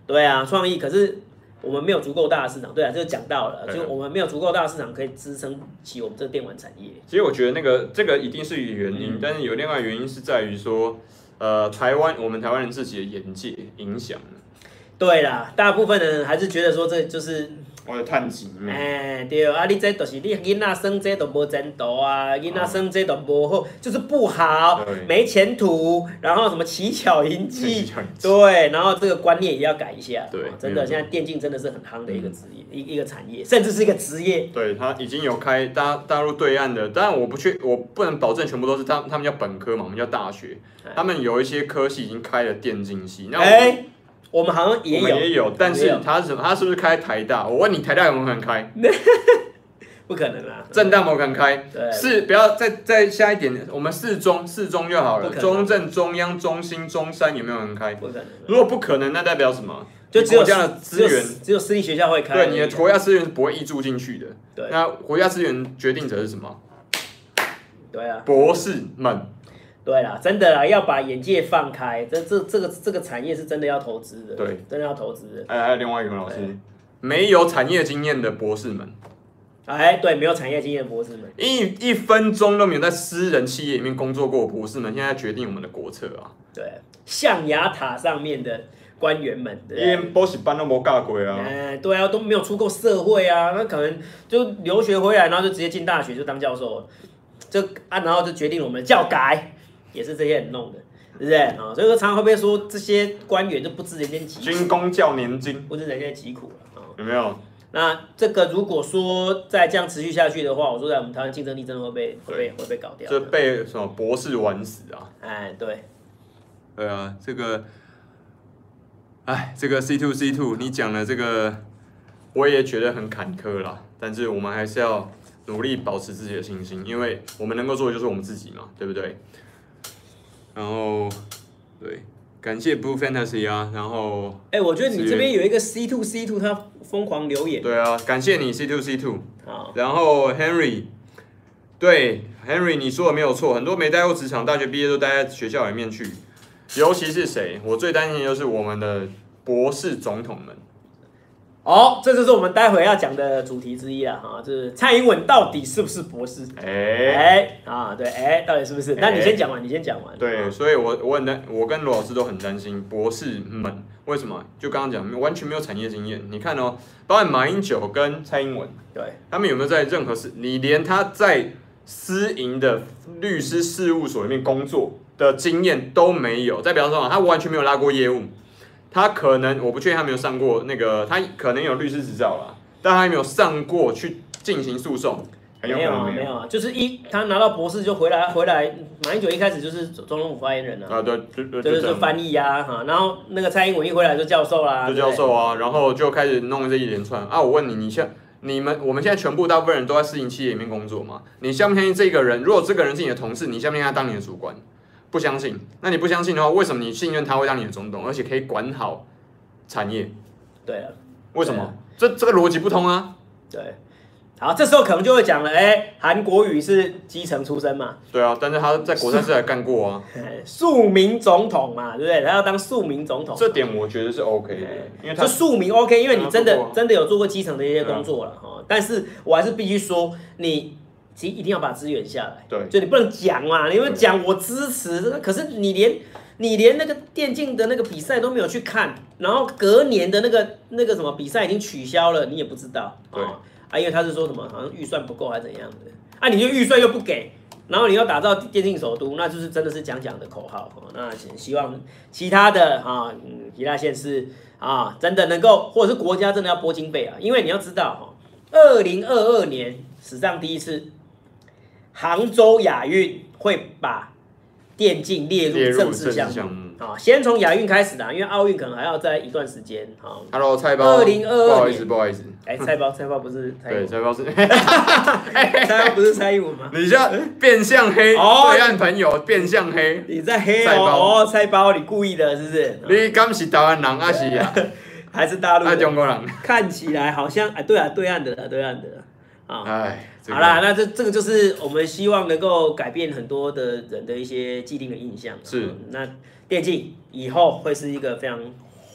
[SPEAKER 1] 对啊，创意。可是我们没有足够大的市场，对啊，就讲到了，
[SPEAKER 4] 对
[SPEAKER 1] 就我们没有足够大的市场可以支撑起我们这个电玩产业。
[SPEAKER 4] 其实我觉得那个这个一定是有原
[SPEAKER 1] 嗯
[SPEAKER 4] 因，但是有另外一个原因是在于说，呃，台湾我们台湾人自己的眼界影响了。
[SPEAKER 1] 对啦，大部分的人还是觉得说这就是
[SPEAKER 4] 我的叹息。
[SPEAKER 1] 哎，对，啊，你这就是你囡仔生这都无前途啊，囡仔生这都无好，就是不好
[SPEAKER 4] 哦对，
[SPEAKER 1] 没前途，然后什么乞巧淫
[SPEAKER 4] 乞
[SPEAKER 1] 技
[SPEAKER 4] 巧淫，技
[SPEAKER 1] 对，然后这个观念也要改一下。
[SPEAKER 4] 对
[SPEAKER 1] 哦真
[SPEAKER 4] 没有
[SPEAKER 1] 的，
[SPEAKER 4] 错嗯
[SPEAKER 1] 现在电竞真的是很夯的一个职业，一一个产业，甚至是一个职业。
[SPEAKER 4] 对他已经有开大大陆对岸的，当然我不确，我不能保证全部都是他他们叫本科嘛，我们叫大学
[SPEAKER 1] 哎，
[SPEAKER 4] 他们有一些科系已经开了电竞系，那我们,、
[SPEAKER 1] 哎，我们好像也
[SPEAKER 4] 我们也
[SPEAKER 1] 有，
[SPEAKER 4] 有，但
[SPEAKER 1] 也
[SPEAKER 4] 是
[SPEAKER 1] 有嗯
[SPEAKER 4] 他是什么？他是不是开台大？我问你，台大有没有可能开？
[SPEAKER 1] 不可能啊，
[SPEAKER 4] 正大有没有可能开？
[SPEAKER 1] 对
[SPEAKER 4] 是不要再再下一点，我们四中四中就好
[SPEAKER 1] 不
[SPEAKER 4] 了，
[SPEAKER 1] 可能
[SPEAKER 4] 中正、中央、中心、中山有没有人开？
[SPEAKER 1] 不可能啊。
[SPEAKER 4] 如果不可能，那代表什么？
[SPEAKER 1] 就只有
[SPEAKER 4] 国家的资源
[SPEAKER 1] 只有私只有私立学校会开而已啊。
[SPEAKER 4] 对，你的国家资源是不会溢注进去的。
[SPEAKER 1] 对
[SPEAKER 4] 那国家资源决定者是什么？
[SPEAKER 1] 对啊，
[SPEAKER 4] 博士们。
[SPEAKER 1] 对啦，真的啦，要把眼界放开，这这这个这个产业是真的要投资的，
[SPEAKER 4] 对，
[SPEAKER 1] 真的要投资的。
[SPEAKER 4] 哎，还有另外一个老师
[SPEAKER 1] 对，
[SPEAKER 4] 没有产业经验的博士们，
[SPEAKER 1] 哎，对，没有产业经验的博士们，
[SPEAKER 4] 一一分钟都没有在私人企业里面工作过的博士们，现在决定我们的国策啊，
[SPEAKER 1] 对，象牙塔上面的官员们，
[SPEAKER 4] 因
[SPEAKER 1] 对
[SPEAKER 4] 为
[SPEAKER 1] 不对。
[SPEAKER 4] 博士班都没干过啊。
[SPEAKER 1] 哎，对啊，都没有出过社会啊，那可能就留学回来，然后就直接进大学就当教授了，这啊，然后就决定我们的教改也是这些人弄的，对不对啊、所以说，常常会被说这些官员就不知人间疾苦，
[SPEAKER 4] 军工教年金
[SPEAKER 1] 不知人间疾苦了啊。
[SPEAKER 4] 有没有？
[SPEAKER 1] 那这个如果说再这样持续下去的话，我说在我们台湾竞争力真的会被会被会被搞掉
[SPEAKER 4] 这
[SPEAKER 1] 的。
[SPEAKER 4] 被什么博士玩死啊？
[SPEAKER 1] 哎，对，
[SPEAKER 4] 对啊，这个，哎，这个 C two C two，你讲的这个，我也觉得很坎坷啦。但是我们还是要努力保持自己的信心，因为我们能够做的就是我们自己嘛，对不对？然后，对，感谢 Blue Fantasy 啊，然后，
[SPEAKER 1] 哎，我觉得你这边有一个 C two C two，他疯狂留言
[SPEAKER 4] 对啊，感谢你 C two C two。
[SPEAKER 1] 啊，
[SPEAKER 4] 然后 Henry，对 Henry，你说的没有错，很多没待过职场，大学毕业都待在学校里面去，尤其是谁，我最担心的就是我们的博士总统们。
[SPEAKER 1] 哦，这就是我们待会要讲的主题之一了哈，就是蔡英文到底是不是博士？
[SPEAKER 4] 哎、
[SPEAKER 1] 哎啊，对，哎，到底是不是？那你先讲完，你先讲完。
[SPEAKER 4] 对，所以我我很担，我跟罗老师都很担心博士们为什么？就刚刚讲，完全没有产业经验。你看哦，包含马英九跟蔡英文，
[SPEAKER 1] 对，
[SPEAKER 4] 他们有没有在任何事？你连他在私营的律师事务所里面工作的经验都没有。再比方说啊，他完全没有拉过业务，他可能我不确定他没有上过那个，他可能有律师执照啦，但他没有上过去进行诉讼，很有可
[SPEAKER 1] 没有
[SPEAKER 4] 能
[SPEAKER 1] 啊，
[SPEAKER 4] 没
[SPEAKER 1] 没
[SPEAKER 4] 有。
[SPEAKER 1] 有啊，就是一他拿到博士就回来，回来马英九一开始就是总统府发言人啊，
[SPEAKER 4] 啊，对，就就
[SPEAKER 1] 就是
[SPEAKER 4] 这
[SPEAKER 1] 说
[SPEAKER 4] 样
[SPEAKER 1] 翻译啊哈，然后那个蔡英文一回来就教授啦，对
[SPEAKER 4] 就
[SPEAKER 1] 不
[SPEAKER 4] 教
[SPEAKER 1] 对
[SPEAKER 4] 授啊，然后就开始弄这一连串啊。我问你，你像你们我们现在全部大部分人都在私营企业里面工作嘛？你相不相信这个人？如果这个人是你的同事，你相不相信他当你的主管？不相信。那你不相信的话，为什么你信任他会当你的总统，而且可以管好产业？
[SPEAKER 1] 对了。
[SPEAKER 4] 为什么？
[SPEAKER 1] 对啊
[SPEAKER 4] 这这个逻辑不通啊！
[SPEAKER 1] 对，好，这时候可能就会讲了，哎，韩国语是基层出身嘛，
[SPEAKER 4] 对啊，但是他在国泰世还干 过啊，
[SPEAKER 1] 哎庶民总统嘛，对不对？他要当庶民总统，
[SPEAKER 4] 这点我觉得是 OK 的，因为他
[SPEAKER 1] 就庶民 OK，因为你真
[SPEAKER 4] 他做
[SPEAKER 1] 的
[SPEAKER 4] 过啊
[SPEAKER 1] 真的有做过基层的一些工作了哈、哦但是我还是必须说，你其实一定要把资源下来，
[SPEAKER 4] 对
[SPEAKER 1] 就你不能讲嘛，你们讲我支持，可是你连你连那个电竞的那个比赛都没有去看，然后隔年的那个那个什么比赛已经取消了，你也不知道，
[SPEAKER 4] 对
[SPEAKER 1] 哦啊，因为他是说什么好像预算不够还是怎样的，啊，你就预算又不给。然后你要打造电竞首都，那就是真的是讲讲的口号。哦、那希望其他的啊，嗯，其他县市啊，真的能够，或者是国家真的要拨经费啊，因为你要知道哈、二零二二年史上第一次，杭州亚运会把电竞列
[SPEAKER 4] 列
[SPEAKER 1] 入
[SPEAKER 4] 入
[SPEAKER 1] 政
[SPEAKER 4] 政
[SPEAKER 1] 治
[SPEAKER 4] 治
[SPEAKER 1] 项目
[SPEAKER 4] 项目。
[SPEAKER 1] 啊，先从亚运开始啊的，因为奥运可能还要在一段时间啊。
[SPEAKER 4] Hello，菜包，
[SPEAKER 1] 2022
[SPEAKER 4] 不好意思，
[SPEAKER 1] 年
[SPEAKER 4] 不好意思，
[SPEAKER 1] 哎，蔡包，蔡包不是蔡英文，
[SPEAKER 4] 对，菜包是。
[SPEAKER 1] 蔡包不是蔡英文吗？
[SPEAKER 4] 你这样变相黑，
[SPEAKER 1] 哦
[SPEAKER 4] 对岸朋友变相黑，
[SPEAKER 1] 你在黑
[SPEAKER 4] 蔡包
[SPEAKER 1] 哦，哦，蔡包，你故意的，是不是？
[SPEAKER 4] 你敢是台湾人还是 啊？
[SPEAKER 1] 还是大陆
[SPEAKER 4] 啊中
[SPEAKER 1] 的？
[SPEAKER 4] 国人？
[SPEAKER 1] 看起来好像哎，对啊，对岸的啦，对岸的啦啊。
[SPEAKER 4] 哎，这个
[SPEAKER 1] 好啦，，那这这个就是我们希望能够改变很多的人的一些既定的印象。
[SPEAKER 4] 是
[SPEAKER 1] 嗯那电竞以后会是一个非常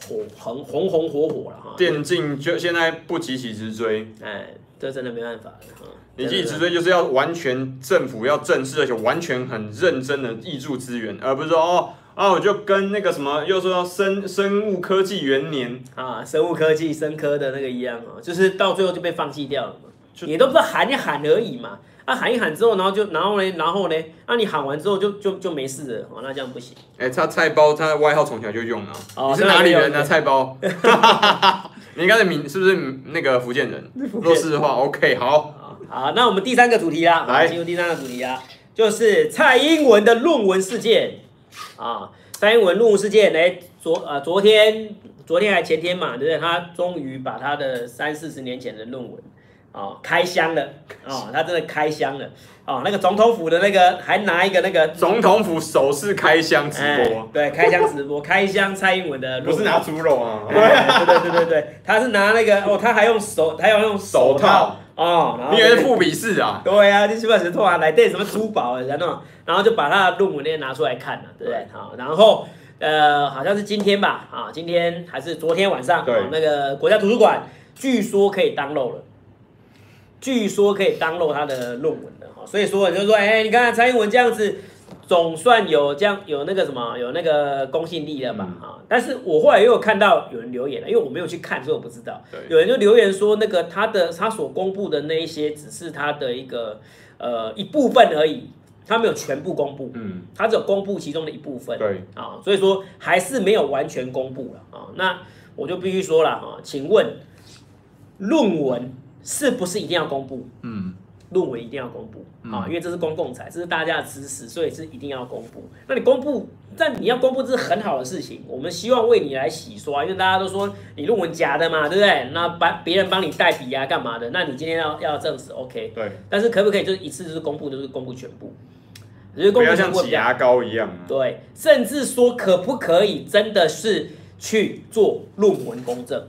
[SPEAKER 1] 火红红红火火了哈。
[SPEAKER 4] 电竞就现在不急起直追，
[SPEAKER 1] 哎，这真的没办法了哈。
[SPEAKER 4] 你急起直
[SPEAKER 1] 真的没办法
[SPEAKER 4] 追就是要完全政府要正视，而且完全很认真的挹注资源，而不是说哦啊我就跟那个什么又说要生生物科技元年，
[SPEAKER 1] 啊，生物科技、生科的那个一样哦，就是到最后就被放弃掉了嘛。
[SPEAKER 4] 就
[SPEAKER 1] 你都不知道喊一喊而已嘛，啊喊一喊之后，然后就然后呢，然后呢，那、你喊完之后就就就没事了哦，那这样不行。
[SPEAKER 4] 哎、他菜包他的外号从小就用啊，
[SPEAKER 1] 哦
[SPEAKER 4] 你是哪里
[SPEAKER 1] 当然没
[SPEAKER 4] 人呢、
[SPEAKER 1] 有
[SPEAKER 4] 菜包， 你应该是闽是不是那个福建人？若是的话，OK，好，
[SPEAKER 1] 好好，那我们第三个主题啦，我
[SPEAKER 4] 来
[SPEAKER 1] 们进入第三个主题啦，就是蔡英文的论文事件啊，蔡英文论文事件，哎，昨呃昨天昨天还前天嘛，对不对？他终于把他的三四十年前的论文哦，开箱了哦，他真的开箱了哦，那个总统府的那个还拿一个那个
[SPEAKER 4] 总统府首次开箱直播，
[SPEAKER 1] 对，开箱直播，开箱蔡英文的，
[SPEAKER 4] 不是拿。猪肉 啊，
[SPEAKER 1] 哎对对对对对，他是拿那个哦，他还用手，他要用手
[SPEAKER 4] 手套
[SPEAKER 1] 套哦，然后
[SPEAKER 4] 你以为是富比士啊？
[SPEAKER 1] 对啊，你起码是托啊，来对什么珠宝啊，然后然后就把他的论文那些拿出来看了，对不对？好，然后呃，好像是今天吧，啊，今天还是昨天晚上，
[SPEAKER 4] 对
[SPEAKER 1] 哦那个国家图书馆据说可以当漏了，据说可以当漏他的论文了，哈，所以说你就说，哎，你看蔡英文这样子。总算有这样有那个什么有那个公信力了吧啊、但是我后来又有看到有人留言了，因为我没有去看，所以我不知道。
[SPEAKER 4] 对
[SPEAKER 1] 有人就留言说，那个他的他所公布的那一些，只是他的一个呃一部分而已，他没有全部公布，
[SPEAKER 4] 嗯，
[SPEAKER 1] 他只有公布其中的一部分。
[SPEAKER 4] 对，
[SPEAKER 1] 啊、所以说还是没有完全公布了啊、那我就必须说了啊、请问论文是不是一定要公布？
[SPEAKER 4] 嗯，
[SPEAKER 1] 论文一定要公布啊、
[SPEAKER 4] 嗯
[SPEAKER 1] 因为这是公共财，这是大家的知识，所以是一定要公布。那你公布，但你要公布这是很好的事情，我们希望为你来洗刷，因为大家都说你论文假的嘛，对不对？那帮别人帮你代笔啊，干嘛的？那你今天要要证实 OK，
[SPEAKER 4] 对，
[SPEAKER 1] 但是可不可以就是一次就是公布，就是公布全部？就是
[SPEAKER 4] 不
[SPEAKER 1] 公布
[SPEAKER 4] 要
[SPEAKER 1] 全
[SPEAKER 4] 像
[SPEAKER 1] 部
[SPEAKER 4] 挤牙膏一样啊。
[SPEAKER 1] 对，甚至说可不可以真的是去做论文公证？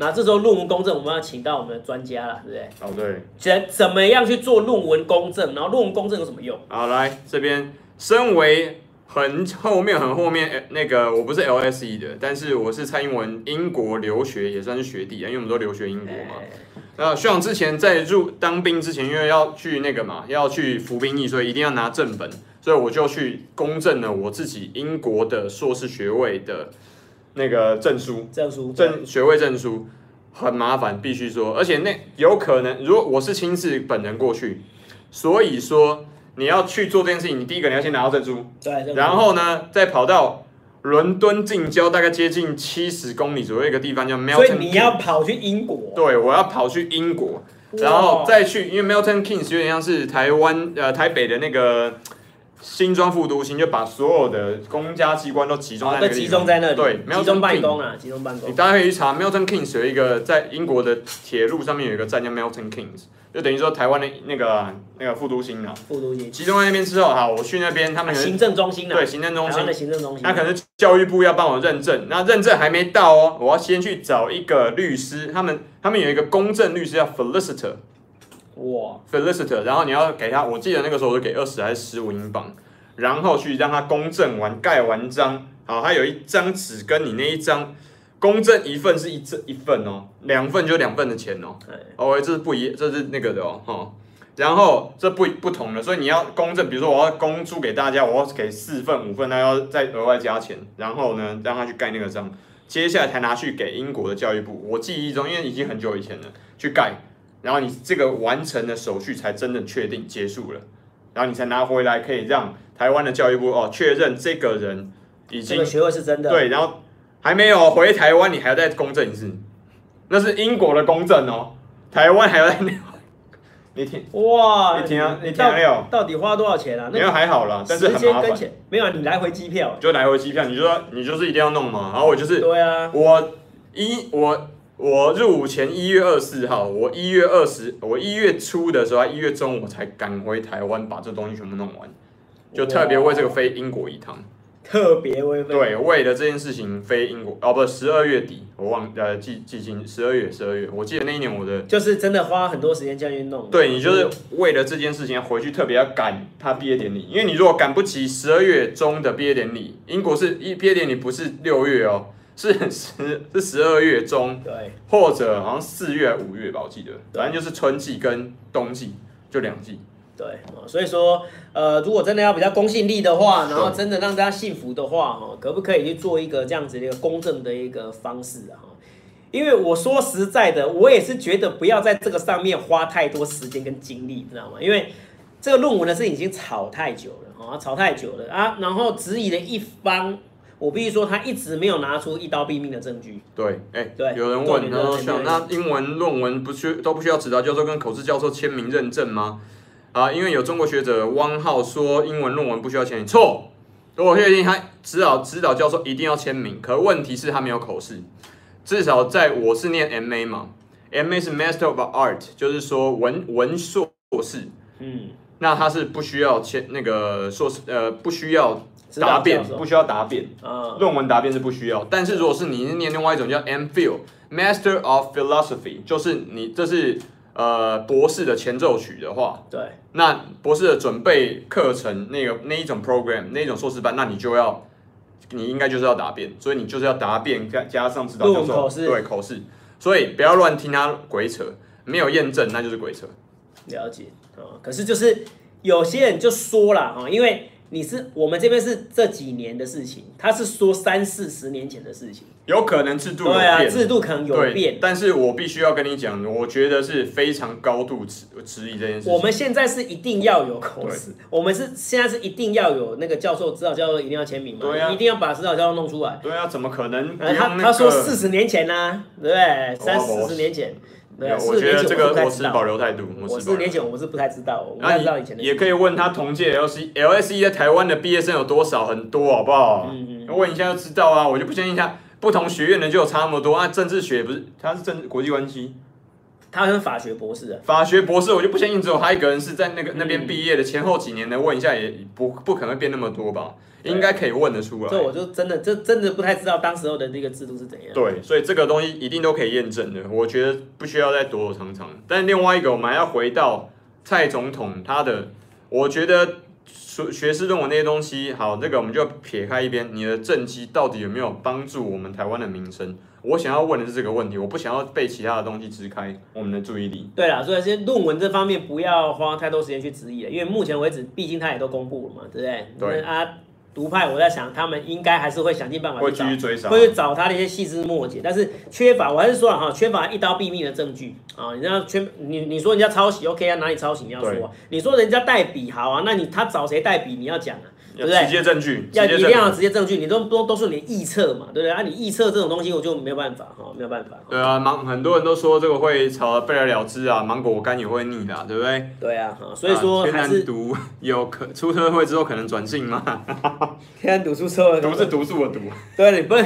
[SPEAKER 1] 那这时候论文公证，我们要请到我们的专家了，对不对？
[SPEAKER 4] 哦，对，
[SPEAKER 1] 怎怎么样去做论文公证？然后论文公证有什么用？
[SPEAKER 4] 好，来这边，身为很后面很后面，呃那个我不是 LSE 的，但是我是蔡英文英国留学，也算是学弟啊，因为我们都留学英国嘛。那徐朗之前在入当兵之前，因为要去那个嘛，要去服兵役，所以一定要拿正本，所以我就去公证了我自己英国的硕士学位的那个证书。
[SPEAKER 1] 证书
[SPEAKER 4] 证学位证书很麻烦，必须说，而且那有可能，如果我是亲自本人过去，所以说你要去做这件事情，你第一个你要先拿到证书，
[SPEAKER 1] 对，证书
[SPEAKER 4] 然后呢，再跑到伦敦近郊大概接近七十公里左右一个地方叫 Milton，
[SPEAKER 1] 所以你
[SPEAKER 4] Keynes
[SPEAKER 1] 要跑去英国，
[SPEAKER 4] 对，我要跑去英国，然后再去，因为 Milton Keynes 有点像是台湾呃台北的那个新庄副都心，就把所有的公家机关都集中在
[SPEAKER 1] 哦对
[SPEAKER 4] 那个地
[SPEAKER 1] 集
[SPEAKER 4] 方，
[SPEAKER 1] 中在那里，
[SPEAKER 4] 对
[SPEAKER 1] 集中
[SPEAKER 4] Milton
[SPEAKER 1] 办
[SPEAKER 4] Keynes
[SPEAKER 1] 公啊，集中办公
[SPEAKER 4] 你。大家可以去查 Milton Keynes 有一个在英国的铁路上面有一个站叫 Milton Keynes，就等于说台湾的那个啊那个副都心啊。
[SPEAKER 1] 副都心，
[SPEAKER 4] 集中在那边之后，好，我去那边，他
[SPEAKER 1] 啊
[SPEAKER 4] 们可能
[SPEAKER 1] 行政中心啊，
[SPEAKER 4] 对行政中
[SPEAKER 1] 台
[SPEAKER 4] 心
[SPEAKER 1] 湾的，行政啊中心，
[SPEAKER 4] 那可能教育部要帮我认证，那认证还没到哦，我要先去找一个律师，他们他们有一个公证律师叫 Felicitor，
[SPEAKER 1] 哇，
[SPEAKER 4] Felicitor，然后你要给他，我记得那个时候我就给二十还是十五英镑，然后去让他公证完盖完章，好，他有一张纸跟你那一张公证一份是一这一份哦，两份就两份的钱哦，
[SPEAKER 1] 哎
[SPEAKER 4] 哦，这是不一，这是那个的哦，哈、然后这不不同的，所以你要公证，比如说我要公租给大家，我要给四份五份，那要再额外加钱，然后呢让他去盖那个章，接下来才拿去给英国的教育部，我记忆中因为已经很久以前了，去盖。然后你这个完成的手续才真的确定结束了，然后你才拿回来，可以让台湾的教育部哦确认这个人已
[SPEAKER 1] 这
[SPEAKER 4] 经
[SPEAKER 1] 个学位是真的，
[SPEAKER 4] 对，然后还没有回台湾，你还要再公证一次，那是英国的公证哦，台湾还要再 你听，
[SPEAKER 1] 哇，
[SPEAKER 4] 你听啊你听
[SPEAKER 1] 到
[SPEAKER 4] 啊有
[SPEAKER 1] 到底花多少钱啊？
[SPEAKER 4] 没
[SPEAKER 1] 那
[SPEAKER 4] 有还好啦，但是
[SPEAKER 1] 时
[SPEAKER 4] 很
[SPEAKER 1] 间
[SPEAKER 4] 麻
[SPEAKER 1] 跟
[SPEAKER 4] 烦，
[SPEAKER 1] 钱没有啊，你来回机票，
[SPEAKER 4] 就来回机票，你就说你就是一定要弄嘛，然后我就是
[SPEAKER 1] 对啊，
[SPEAKER 4] 我一我我入伍前一月二四号，我一月二十，我一月初的时候，一月中我才赶回台湾，把这东西全部弄完，就特别为这个飞英国一趟。
[SPEAKER 1] 特别微微，
[SPEAKER 4] 对，为了这件事情飞英国，哦不，十二月底我忘呃记记清，十二月十二月，我记得那一年我的，
[SPEAKER 1] 就是真的花很多时间这样去弄，
[SPEAKER 4] 对你
[SPEAKER 1] 嗯
[SPEAKER 4] 就是为了这件事情回去特别要赶他毕业典礼，因为你如果赶不及十二月中的毕业典礼，英国是一毕业典礼不是六月哦， 是十是十二月中。
[SPEAKER 1] 对，
[SPEAKER 4] 或者好像四月、五月吧，我记得，反正就是春季跟冬季就两季。
[SPEAKER 1] 对，哦所以说，呃，如果真的要比较公信力的话，然后
[SPEAKER 4] 对
[SPEAKER 1] 真的让大家信服的话，哈，可不可以去做一个这样子的一个公正的一个方式啊？哈因为我说实在的，我也是觉得不要在这个上面花太多时间跟精力，知道吗？因为这个论文的事情已经吵太久了，哈，吵太久了啊，然后质疑的一方，我必须说他一直没有拿出一刀毙命的证据，
[SPEAKER 4] 对，哎、
[SPEAKER 1] 对
[SPEAKER 4] 有人
[SPEAKER 1] 重
[SPEAKER 4] 问，
[SPEAKER 1] 点
[SPEAKER 4] 他说
[SPEAKER 1] 就是
[SPEAKER 4] 像
[SPEAKER 1] 这
[SPEAKER 4] 那
[SPEAKER 1] 个
[SPEAKER 4] 英文论文不需都不需要指导教授跟口试教授签名认证吗？啊，因为有中国学者汪浩说英文论文不需要签名，错。我确定他指导指导教授一定要签名，可问题是他没有口试，至少在我是念 MA 嘛 MA 是 Master of Art，就是说文文硕士，
[SPEAKER 1] 嗯，
[SPEAKER 4] 那他是不需要签那个硕士，呃，不需要
[SPEAKER 1] 指导
[SPEAKER 4] 答辩，
[SPEAKER 1] 教授
[SPEAKER 4] 不需要答辩，
[SPEAKER 1] 啊，
[SPEAKER 4] 论文答辩是不需要。但是如果是你是念另外一种叫 MPhil，Master of Philosophy，就是你这是呃博士的前奏曲的话，
[SPEAKER 1] 对，
[SPEAKER 4] 那博士的准备课程那个那一种 program 那一种硕士班，那你就要，你应该就是要答辩，所以你就是要答辩加加上指导教
[SPEAKER 1] 论文
[SPEAKER 4] 授
[SPEAKER 1] 口试
[SPEAKER 4] 对口试，所以不要乱听他鬼扯，没有验证那就是鬼扯。
[SPEAKER 1] 了解啊、可是就是有些人就说了啊、因为你是我们这边是这几年的事情，他是说三四十年前的事情，
[SPEAKER 4] 有可能制度有
[SPEAKER 1] 对啊，
[SPEAKER 4] 变，
[SPEAKER 1] 制度可能有
[SPEAKER 4] 对
[SPEAKER 1] 变。
[SPEAKER 4] 但是我必须要跟你讲，我觉得是非常高度质质疑这件事情。
[SPEAKER 1] 我们现在是一定要有口试，我们是现在是一定要有那个教授指导教授一定要签名嘛，
[SPEAKER 4] 对啊
[SPEAKER 1] 一定要把指导教授弄出来。
[SPEAKER 4] 对啊，怎么可能不
[SPEAKER 1] 呃
[SPEAKER 4] 用
[SPEAKER 1] 他
[SPEAKER 4] 那个？哦
[SPEAKER 1] 他说四十年前呢、对不对？三
[SPEAKER 4] 我
[SPEAKER 1] 四十年前，对，啊
[SPEAKER 4] 我
[SPEAKER 1] 四十
[SPEAKER 4] 觉
[SPEAKER 1] 年
[SPEAKER 4] 得
[SPEAKER 1] 前
[SPEAKER 4] 这
[SPEAKER 1] 我
[SPEAKER 4] 个
[SPEAKER 1] 不太
[SPEAKER 4] 我
[SPEAKER 1] 知
[SPEAKER 4] 持
[SPEAKER 1] 道
[SPEAKER 4] 保留态度，
[SPEAKER 1] 我
[SPEAKER 4] 持
[SPEAKER 1] 四
[SPEAKER 4] 保留
[SPEAKER 1] 年前我是不太知道，我不
[SPEAKER 4] 那
[SPEAKER 1] 太知道以前
[SPEAKER 4] 你
[SPEAKER 1] 的。
[SPEAKER 4] 也可以问他同届 LC LSE E 在台湾的毕业生有多少，很多好不好？
[SPEAKER 1] 嗯
[SPEAKER 4] 问一下就知道啊，我就不相信他不同学院的就有差那么多啊。政治学不是他是政国际关系，
[SPEAKER 1] 他是法学博士啊，
[SPEAKER 4] 法学博士我就不相信只有他一个人是在那个
[SPEAKER 1] 嗯
[SPEAKER 4] 那边毕业的，前后几年的问一下也不不可能会变那么多吧，
[SPEAKER 1] 对
[SPEAKER 4] 应该可以问得出来。
[SPEAKER 1] 这我就真的这真的不太知道当时候的那个制度是怎样。
[SPEAKER 4] 对，所以这个东西一定都可以验证的，我觉得不需要再躲躲藏藏。但另外一个，我们还要回到蔡总统他的，我觉得学学士论文那些东西，好，这个我们就撇开一边，你的政绩到底有没有帮助我们台湾的民生？我想要问的是这个问题，我不想要被其他的东西支开我们的注意力。
[SPEAKER 1] 对啦，所以这论文这方面不要花太多时间去质疑了，因为目前为止，毕竟他也都公布了嘛，对不对？
[SPEAKER 4] 对
[SPEAKER 1] 那啊，独派我在想，他们应该还是会想尽办法
[SPEAKER 4] 会
[SPEAKER 1] 去
[SPEAKER 4] 继
[SPEAKER 1] 找，
[SPEAKER 4] 续追杀，
[SPEAKER 1] 会去找他的一些细枝末节，但是缺乏，我还是说了哈，缺乏一刀毙命的证据啊。你要缺，你你说人家抄袭，OK 啊，哪里抄袭你要说、啊，你说人家代笔好啊，那你他找谁代笔你要讲啊，对
[SPEAKER 4] 要
[SPEAKER 1] 不对
[SPEAKER 4] 直？接证据，
[SPEAKER 1] 要
[SPEAKER 4] 直接
[SPEAKER 1] 一
[SPEAKER 4] 证
[SPEAKER 1] 定要有
[SPEAKER 4] 据。
[SPEAKER 1] 直接证据，你都都都是你的臆测嘛，对不对？啊，你臆测这种东西我就没有办法哈，没有办法。哦哈
[SPEAKER 4] 对啊，芒很多人都说这个会炒得不了了之啊，芒果干也会腻的啊、对不对？
[SPEAKER 1] 对啊，哈，所以说
[SPEAKER 4] 啊天
[SPEAKER 1] 还是
[SPEAKER 4] 然毒 有可出社会之后可能转性吗？
[SPEAKER 1] 天然读书社会
[SPEAKER 4] 毒是毒素 的毒，
[SPEAKER 1] 对，你不能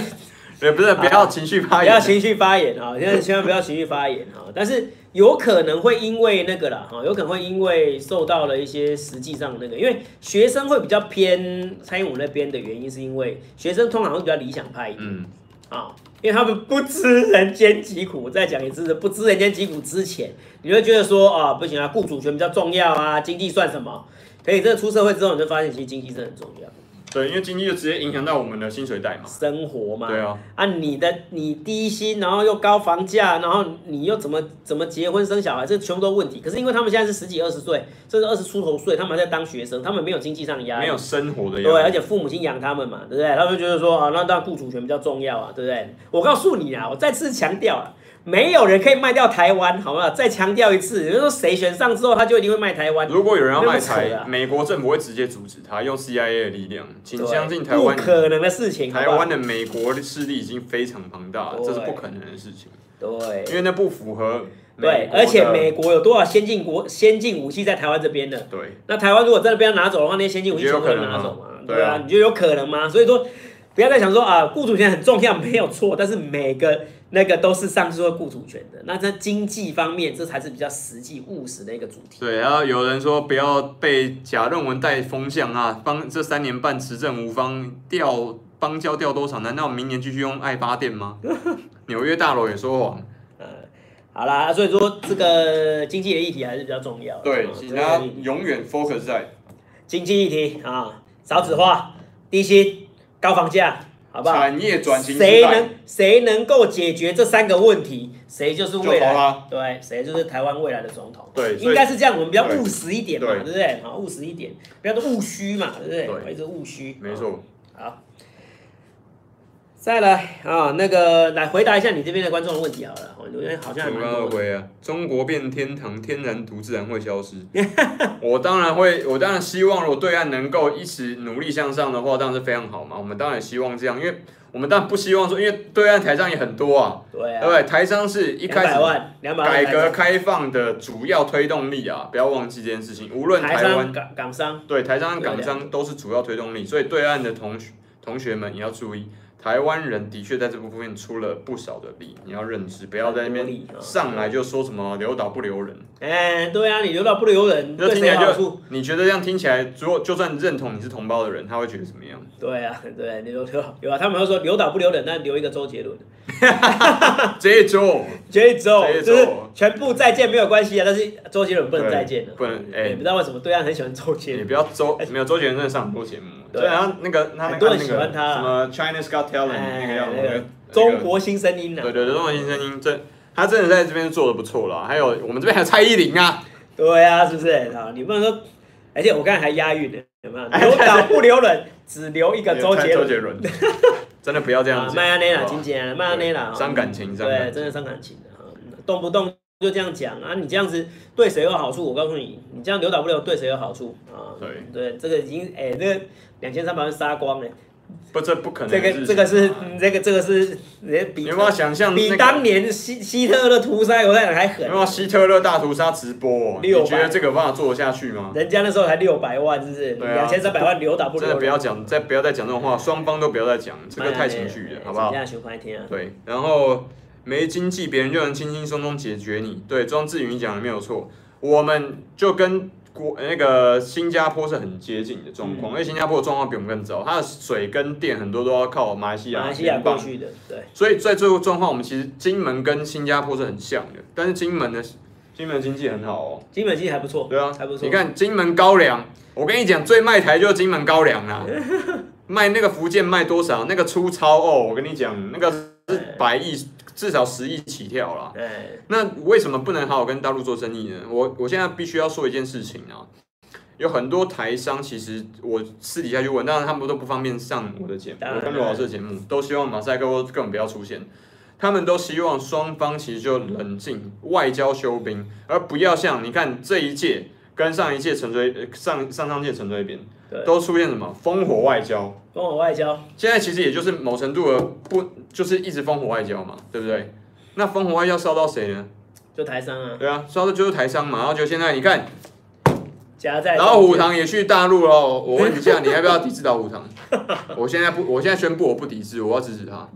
[SPEAKER 4] 也不是不要情绪
[SPEAKER 1] 不
[SPEAKER 4] 发
[SPEAKER 1] 要
[SPEAKER 4] 言。
[SPEAKER 1] 情绪发言啊，现在千万不要情绪发言啊。但是有可能会因为那个啦，哈，有可能会因为受到了一些实际上那个，因为学生会比较偏蔡英文那边的原因，是因为学生通常会比较理想派一点
[SPEAKER 4] 嗯，
[SPEAKER 1] 啊、因为他们不知人间疾苦。再讲一次，不知人间疾苦之前，你会觉得说啊，不行啊，雇主权比较重要啊，经济算什么？可以，这出社会之后，你就发现其实经济真的很重要，
[SPEAKER 4] 对，因为经济就直接影响到我们的薪水袋嘛。
[SPEAKER 1] 生活嘛，
[SPEAKER 4] 对啊，
[SPEAKER 1] 啊，你的你低薪，然后又高房价，然后你又怎么怎么结婚生小孩，这全部都问题。可是因为他们现在是十几二十岁，甚至二十出头岁，他们还在当学生，他们没有经济上的压力，
[SPEAKER 4] 没有生活的
[SPEAKER 1] 啊对，
[SPEAKER 4] 压
[SPEAKER 1] 而
[SPEAKER 4] 力。
[SPEAKER 1] 且父母亲养他们嘛，对不对？他们就觉得说啊，那当然雇主权比较重要啊，对不对？我告诉你啊，我再次强调啊，没有人可以卖掉台湾，好不好？再强调一次，就是说谁选上之后，他就一定会卖台湾。
[SPEAKER 4] 如果有人要
[SPEAKER 1] 那
[SPEAKER 4] 卖
[SPEAKER 1] 不扯
[SPEAKER 4] 台，
[SPEAKER 1] 啊
[SPEAKER 4] 美国政府会直接阻止他，用 CIA 的力量。请
[SPEAKER 1] 对
[SPEAKER 4] 相信台湾
[SPEAKER 1] 不，可能的事情，
[SPEAKER 4] 台
[SPEAKER 1] 好不好
[SPEAKER 4] 湾的美国势力已经非常庞大，
[SPEAKER 1] 对
[SPEAKER 4] 这是不可能的事情，
[SPEAKER 1] 对
[SPEAKER 4] 因为那不符合
[SPEAKER 1] 对
[SPEAKER 4] 美，国的
[SPEAKER 1] 而且美国有多少先进国先进武器在台湾这边呢？
[SPEAKER 4] 对
[SPEAKER 1] 那台湾如果真的被他拿走的话，那些先进武器全部都拿走嘛？
[SPEAKER 4] 你觉得有可
[SPEAKER 1] 对
[SPEAKER 4] 能吗对
[SPEAKER 1] 啊
[SPEAKER 4] 啊，
[SPEAKER 1] 你觉得有可能吗？所以说，不要再想说啊，雇主权很重要，没有错，但是每个那个都是上述的雇主权的。那在经济方面，这才是比较实际务实的一个主题。
[SPEAKER 4] 对，然后有人说不要被假论文带风向啊，帮这三年半执政无方掉邦交掉多少？难道明年继续用爱发电吗？纽约大楼也说谎，
[SPEAKER 1] 好啦，所以说这个经济的议题还是比较重要的。
[SPEAKER 4] 对
[SPEAKER 1] 啊，
[SPEAKER 4] 请
[SPEAKER 1] 这
[SPEAKER 4] 大家
[SPEAKER 1] 个啊
[SPEAKER 4] 永远 focus 在
[SPEAKER 1] 经济议题啊，少子化、低薪、高房价，好不好？
[SPEAKER 4] 产业转型时
[SPEAKER 1] 谁
[SPEAKER 4] 代
[SPEAKER 1] 能，谁能够解决这三个问题，谁就是未
[SPEAKER 4] 就投
[SPEAKER 1] 来
[SPEAKER 4] 他
[SPEAKER 1] 对，谁就是台湾未来的总统。
[SPEAKER 4] 对所以
[SPEAKER 1] 应该是这样，我们比较务实一点嘛，
[SPEAKER 4] 对
[SPEAKER 1] 对不对？啊，务实一点，不要都务虚嘛，对不对？
[SPEAKER 4] 对
[SPEAKER 1] 我一直务虚。啊
[SPEAKER 4] 没。错，
[SPEAKER 1] 好，再来啊，那个来回答一下你这边的观众的问题好了，我觉得好像还
[SPEAKER 4] 主
[SPEAKER 1] 蛮
[SPEAKER 4] 要
[SPEAKER 1] 多的。
[SPEAKER 4] 回啊，中国变天堂，天然独自然会消失。我当然会，我当然希望，如果对岸能够一直努力向上的话，当然是非常好嘛。我们当然也希望这样，因为我们当然不希望说，因为对岸台上也很多啊。
[SPEAKER 1] 对
[SPEAKER 4] 对不
[SPEAKER 1] 啊，
[SPEAKER 4] 对？台商是一开
[SPEAKER 1] 两百
[SPEAKER 4] 始
[SPEAKER 1] 万，两百万
[SPEAKER 4] 改革开放的主要推动力啊，不要忘记这件事情。无论
[SPEAKER 1] 台
[SPEAKER 4] 台
[SPEAKER 1] 商、
[SPEAKER 4] 湾
[SPEAKER 1] 港港商，
[SPEAKER 4] 对台商、
[SPEAKER 1] 对
[SPEAKER 4] 港商都是主要推动力，所以对岸的同学同学们也要注意，台湾人的确在这部分出了不少的力，你要认知，不要在
[SPEAKER 1] 很
[SPEAKER 4] 那
[SPEAKER 1] 多力啊
[SPEAKER 4] 边上来就说什么留岛不留人，
[SPEAKER 1] 哎，对啊，你留到不留人，
[SPEAKER 4] 这
[SPEAKER 1] 对
[SPEAKER 4] 听
[SPEAKER 1] 谁
[SPEAKER 4] 起
[SPEAKER 1] 有
[SPEAKER 4] 来
[SPEAKER 1] 好处
[SPEAKER 4] 就？你觉得这样听起来，如果就算认同你是同胞的人，他会觉得怎么样？
[SPEAKER 1] 对啊， 对，你留留有啊，他们会说留岛不留人，但留一个周杰伦，
[SPEAKER 4] 这 周
[SPEAKER 1] 杰走
[SPEAKER 4] 杰
[SPEAKER 1] 就是
[SPEAKER 4] 走
[SPEAKER 1] 全部再见没有关系啊，但是周杰伦不能
[SPEAKER 4] 对
[SPEAKER 1] 再见了，
[SPEAKER 4] 不能
[SPEAKER 1] 对
[SPEAKER 4] 哎
[SPEAKER 1] 不知道为什么对岸很喜欢周杰
[SPEAKER 4] 你
[SPEAKER 1] 伦，
[SPEAKER 4] 不要周没有周杰伦真的上很多节目，
[SPEAKER 1] 嗯哎对啊
[SPEAKER 4] 然后那个他那
[SPEAKER 1] 很
[SPEAKER 4] 个
[SPEAKER 1] 多
[SPEAKER 4] 按
[SPEAKER 1] 人
[SPEAKER 4] 那
[SPEAKER 1] 喜欢
[SPEAKER 4] 个
[SPEAKER 1] 他啊
[SPEAKER 4] 什么 China's Got Talent 那个
[SPEAKER 1] 哎
[SPEAKER 4] 叫什么
[SPEAKER 1] 那
[SPEAKER 4] 那
[SPEAKER 1] 个
[SPEAKER 4] 个？
[SPEAKER 1] 中国新声音
[SPEAKER 4] 对
[SPEAKER 1] 啊，
[SPEAKER 4] 对对，中国新声音真他真的在这边做的不错啦，还有我们这边还有蔡依林啊，
[SPEAKER 1] 对啊，是不是？啊，你不能说，而且我刚才还押韵呢，有 没有？
[SPEAKER 4] 哎
[SPEAKER 1] 留岛不留人，只留一个周杰
[SPEAKER 4] 周
[SPEAKER 1] 伦
[SPEAKER 4] 杰。伦， 真的不要这样
[SPEAKER 1] 啊
[SPEAKER 4] 子，
[SPEAKER 1] 麦安内啦，
[SPEAKER 4] 好不好
[SPEAKER 1] 金姐，麦安内啦，
[SPEAKER 4] 对伤感情伤感
[SPEAKER 1] 对，
[SPEAKER 4] 情
[SPEAKER 1] 真的伤感情的哈，动不动就这样讲啊，你这样子对谁有好处？我告诉你，你这样留岛不留对谁有好处啊？
[SPEAKER 4] 对
[SPEAKER 1] 对，这个已经哎，这个两千三百万杀光 了，
[SPEAKER 4] 不这不可能
[SPEAKER 1] 这
[SPEAKER 4] 的
[SPEAKER 1] 个
[SPEAKER 4] 事情，
[SPEAKER 1] 这个是嗯这个这个是人
[SPEAKER 4] 你
[SPEAKER 1] 比
[SPEAKER 4] 有没有想象那
[SPEAKER 1] 比
[SPEAKER 4] 个
[SPEAKER 1] 当年希希特勒屠杀犹太人还
[SPEAKER 4] 有
[SPEAKER 1] 狠
[SPEAKER 4] 没，有希特勒大屠杀直播哦？你
[SPEAKER 1] 六百
[SPEAKER 4] 觉得这个有办法做得下去吗？
[SPEAKER 1] 人家那时候才六百万，是不是？
[SPEAKER 4] 对啊
[SPEAKER 1] 两千三百万留岛不
[SPEAKER 4] 真的
[SPEAKER 1] 留
[SPEAKER 4] 不
[SPEAKER 1] 人，哎
[SPEAKER 4] 要讲，再不要再讲这种话，双方都不要再讲，这个太情绪了，好不好
[SPEAKER 1] 这？样循环一天啊，
[SPEAKER 4] 对，然后没经济，别人就能轻轻松松解决你。对，庄志云讲的没有错，我们就跟国那个新加坡是很接近的状
[SPEAKER 1] 嗯
[SPEAKER 4] 况，因为新加坡的状况比我们更糟，它的水跟电很多都要靠马来西亚、
[SPEAKER 1] 马来西亚
[SPEAKER 4] 联
[SPEAKER 1] 过
[SPEAKER 4] 邦
[SPEAKER 1] 去的，对，
[SPEAKER 4] 所以在这个状况，我们其实金门跟新加坡是很像的，但是金门的金门经济很好哦。
[SPEAKER 1] 金本基还不错，
[SPEAKER 4] 对啊，
[SPEAKER 1] 还不错。
[SPEAKER 4] 你看金门高粱，我跟你讲，最卖台就是金门高 粱啦。卖那个福建卖多少？那个粗糙哦，我跟你讲，那个是百亿，至少十亿起跳啦。
[SPEAKER 1] 哎。
[SPEAKER 4] 那为什么不能好好跟大陆做生意呢？我我现在必须要说一件事情啊，有很多台商，其实我私底下去问，当然他们都不方便上我的节目，
[SPEAKER 1] 当然
[SPEAKER 4] 我跟罗老师的节目，都希望马赛克或根本不要出现。他们都希望双方其实就冷静，外交休兵，而不要像你看这一届跟上一届陈水呃上上上届陈水扁
[SPEAKER 1] 对，
[SPEAKER 4] 都出现什么烽火外交，
[SPEAKER 1] 跟我外交，
[SPEAKER 4] 现在其实也就是某程度的不就是一直烽火外交嘛，对不对？那烽火外交烧到谁呢？
[SPEAKER 1] 就台商啊，
[SPEAKER 4] 对啊，烧的就是台商嘛，然后就现在你看，
[SPEAKER 1] 夹在
[SPEAKER 4] 老虎堂也去大陆了。我问一下，你要不要抵制老虎堂？ 我现在不，我现在宣布我不抵制，我要支持他。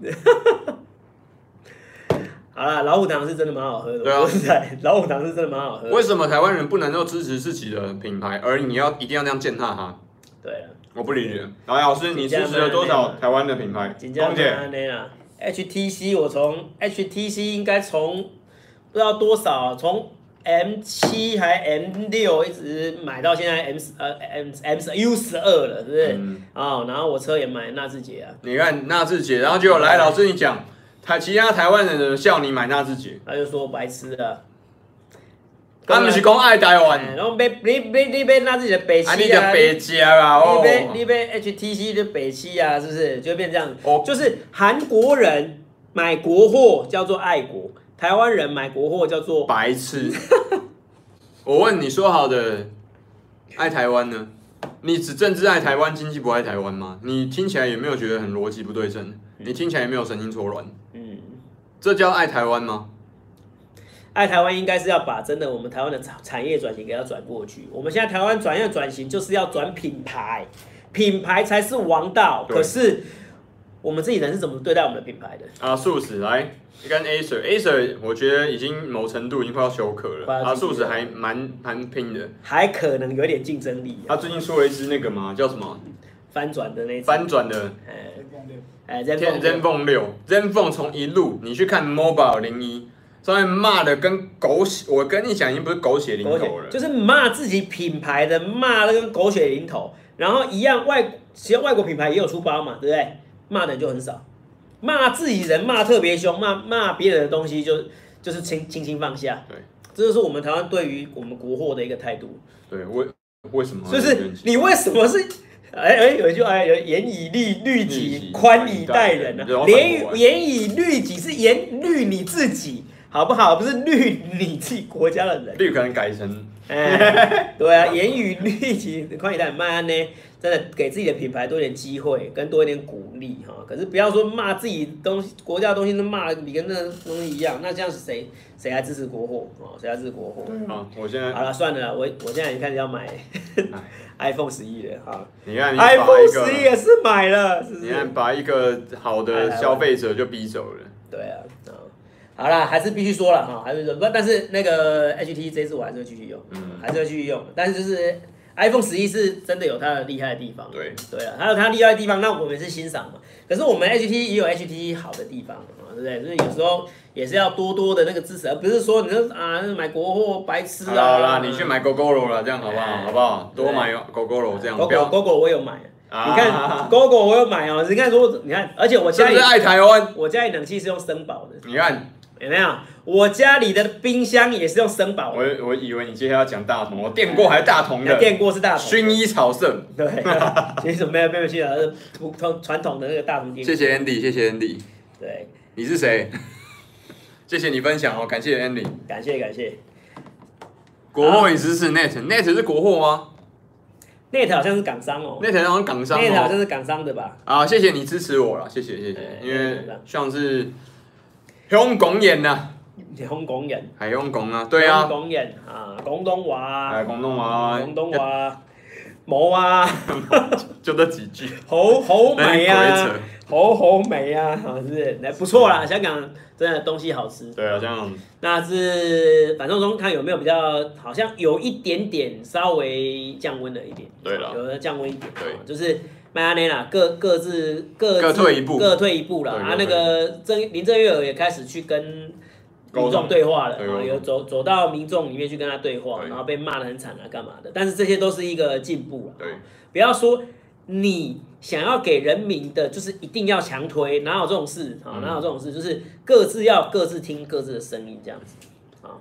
[SPEAKER 1] 好啦，老虎糖是真的蛮好喝的，
[SPEAKER 4] 对啊
[SPEAKER 1] 我说实在 老虎糖是真的蛮好喝的。
[SPEAKER 4] 为什么台湾人不能够支持自己的品牌，而你要一定要这样践踏它？
[SPEAKER 1] 对啊了，
[SPEAKER 4] 我不理解。来，老师，你支持了多少台湾的品牌？
[SPEAKER 1] 紧
[SPEAKER 4] 空
[SPEAKER 1] 张啊
[SPEAKER 4] 姐，
[SPEAKER 1] 安内啦，HTC 我从 HTC 应该从不知道多少，从 M 七还 M 六一直买到现在 M 呃 M M U 十二了，是不是？
[SPEAKER 4] 嗯
[SPEAKER 1] 哦，然后我车也买纳智捷啊，
[SPEAKER 4] 你看纳智捷，然后就来，老师你讲台其他台湾人笑你买纳智捷，
[SPEAKER 1] 他就说我白痴啊，
[SPEAKER 4] 他啊们是讲爱台
[SPEAKER 1] 哎
[SPEAKER 4] 湾，
[SPEAKER 1] 然后被你你你被纳智捷北七
[SPEAKER 4] 啊，你讲白家啦
[SPEAKER 1] 你
[SPEAKER 4] 哦。
[SPEAKER 1] 被你被 HTC 的北汽啊，是不是就会变这样？
[SPEAKER 4] 哦
[SPEAKER 1] 就是韩国人买国货叫做爱国，台湾人买国货叫做
[SPEAKER 4] 白痴。我问你说好的爱台湾呢？你只政治爱台湾，经济不爱台湾吗？你听起来有没有觉得很逻辑不对称？你听起来有没有神经错乱？
[SPEAKER 1] 嗯，
[SPEAKER 4] 这叫爱台湾吗？
[SPEAKER 1] 爱台湾应该是要把真的我们台湾的产产业转型给它转过去。我们现在台湾转业转型就是要转品牌，品牌才是王道。
[SPEAKER 4] 对
[SPEAKER 1] 可是我们自己人是怎么对待我们的品牌的？
[SPEAKER 4] 啊，素食来跟 A Sir，A Sir，我觉得已经某程度已经快要休克了。
[SPEAKER 1] 快要进
[SPEAKER 4] 啊，
[SPEAKER 1] 去
[SPEAKER 4] 素食
[SPEAKER 1] 了
[SPEAKER 4] 还蛮蛮拼的。
[SPEAKER 1] 还可能有一点竞争力、啊
[SPEAKER 4] 他最近出了一支那个嘛，叫什么
[SPEAKER 1] 翻转的那一次
[SPEAKER 4] 翻转的
[SPEAKER 1] 哎
[SPEAKER 2] 六，
[SPEAKER 1] 哎，在
[SPEAKER 4] 天 ZenFone 六，ZenFone 从一路你去看 Mobile 零一，上面骂的跟狗血，我跟你讲已经不是狗血淋
[SPEAKER 1] 狗血
[SPEAKER 4] 头了，
[SPEAKER 1] 就是骂自己品牌的，骂的跟狗血淋头。然后一样外，其实外国品牌也有出包嘛，对不对？骂的人就很少，骂自己人骂特别凶，骂骂别人的东西就就是轻轻轻放下。
[SPEAKER 4] 对，
[SPEAKER 1] 这就是我们台湾对于我们国货的一个态度，
[SPEAKER 4] 对，为为什么
[SPEAKER 1] 就
[SPEAKER 4] 会哦有
[SPEAKER 1] 是
[SPEAKER 4] 怨气？
[SPEAKER 1] 你为什么是？哎哎，有一句哎，有严以律律
[SPEAKER 4] 律
[SPEAKER 1] 己
[SPEAKER 4] 己，
[SPEAKER 1] 宽以待人啊
[SPEAKER 4] 然后！反
[SPEAKER 1] 严
[SPEAKER 4] 过来
[SPEAKER 1] 严以律己是严律你自己，好不好？不是律你自己国家的人。
[SPEAKER 4] 绿可能改成
[SPEAKER 1] 哎，对啊，严以律己，宽以待人，慢安呢，真的给自己的品牌多一点机会，跟多一点鼓励哈。可是不要说骂自己东西，国家的东西都骂你跟那个东西一样，那这样是谁谁来支持国货哦？谁来支持国货？
[SPEAKER 4] 好，啊我现
[SPEAKER 1] 好
[SPEAKER 4] 在
[SPEAKER 1] 了，算了啦，我我现在已经开始要买 iPhone 十一了哈。
[SPEAKER 4] 你哎看你把
[SPEAKER 1] iPhone
[SPEAKER 4] 一
[SPEAKER 1] 十一
[SPEAKER 4] 个，
[SPEAKER 1] 也是哎买了，是不
[SPEAKER 4] 你
[SPEAKER 1] 是？
[SPEAKER 4] 看把一个好的消费者就逼走了。
[SPEAKER 1] 对啊，啊，好啦，还是必须说了哦哈，还是说不，但是那个 HT 这次我还是会继续用，
[SPEAKER 4] 嗯
[SPEAKER 1] 还是会继续用，但是就是 iPhone 十一是真的有它的厉害的地方，
[SPEAKER 4] 对
[SPEAKER 1] 对啊，它有它厉害的地方，那我们是欣赏嘛，可是我们 HT 也有 HT 好的地方啊，对不对？所以有时候也是要多多的那个支持，而不是说你说啊买国货白痴
[SPEAKER 4] 好
[SPEAKER 1] 啊，
[SPEAKER 4] 啦好啦，你去买 GoGoRo 啦，这样好不好？
[SPEAKER 1] 哎
[SPEAKER 4] 好不好？
[SPEAKER 1] 对
[SPEAKER 4] 多买哦 GoGoRo 这样，
[SPEAKER 1] 狗
[SPEAKER 4] 不
[SPEAKER 1] 狗
[SPEAKER 4] 要
[SPEAKER 1] 狗狗我有买，
[SPEAKER 4] 啊
[SPEAKER 1] 你看狗狗我有买哦，你看说你看，而且我
[SPEAKER 4] 是
[SPEAKER 1] 家
[SPEAKER 4] 不
[SPEAKER 1] 里
[SPEAKER 4] 是爱台湾？
[SPEAKER 1] 我家里冷气是用森宝的。
[SPEAKER 4] 你看，
[SPEAKER 1] 有没有？我家里的冰箱也是用森宝的，
[SPEAKER 4] 我我以为你接下来要讲大同，我电锅还大同的，
[SPEAKER 1] 哎电锅是大桶，
[SPEAKER 4] 薰衣草盛。
[SPEAKER 1] 对，其实没有没有去而是普通传统的那个大铜电锅
[SPEAKER 4] 谢。谢 Andy，谢谢 Andy，
[SPEAKER 1] 对，
[SPEAKER 4] 你是 谁？谢谢你分享哦，感谢 Andy。
[SPEAKER 1] 感谢感谢。
[SPEAKER 4] 国货饮食是 Net，Net 是国货吗
[SPEAKER 1] Net 好像是港商哦
[SPEAKER 4] ？Net 好像港商
[SPEAKER 1] ，Net 好像
[SPEAKER 4] 哦。
[SPEAKER 1] 是港商的吧？
[SPEAKER 4] 啊，谢谢你支持我了，谢谢谢谢
[SPEAKER 1] 哎，
[SPEAKER 4] 因为
[SPEAKER 1] 哎哎
[SPEAKER 4] 像是香港人呐，啊
[SPEAKER 1] 香港人，
[SPEAKER 4] 还香港啊，对啊
[SPEAKER 1] 香，港人啊，广东话
[SPEAKER 4] 哎，
[SPEAKER 1] 啊，
[SPEAKER 4] 广东话
[SPEAKER 1] 广东话，冇啊，
[SPEAKER 4] 就这几句，
[SPEAKER 1] 好好
[SPEAKER 4] 那
[SPEAKER 1] 美
[SPEAKER 4] 你哎鬼扯
[SPEAKER 1] 啊，，好好美啊，好是不是，那不错啦，香港真的东西好吃。
[SPEAKER 4] 对啊，这样
[SPEAKER 1] 那是反正中看有没有比较，好像有一点点稍微降温了一点，
[SPEAKER 4] 对啦
[SPEAKER 1] 有的降温一点，
[SPEAKER 4] 对
[SPEAKER 1] 哦就是迈阿密啦，各各自各
[SPEAKER 4] 各退一步
[SPEAKER 1] 各退一步了
[SPEAKER 4] 对
[SPEAKER 1] 啊。
[SPEAKER 4] 各
[SPEAKER 1] 那
[SPEAKER 4] 退一步
[SPEAKER 1] 个郑林郑月娥也开始去跟民
[SPEAKER 4] 沟
[SPEAKER 1] 众
[SPEAKER 4] 通
[SPEAKER 1] 对话了，
[SPEAKER 4] 对
[SPEAKER 1] 啊
[SPEAKER 4] 沟通
[SPEAKER 1] 有走走到民众里面去跟他对话，
[SPEAKER 4] 对
[SPEAKER 1] 然后被骂的很惨啊，干嘛的？但是这些都是一个进步了，
[SPEAKER 4] 对
[SPEAKER 1] 哦不要说你想要给人民的，就是一定要强推，哪有这种事啊？
[SPEAKER 4] 嗯
[SPEAKER 1] 哪有这种事？就是各自要各自听各自的声音这样子啊。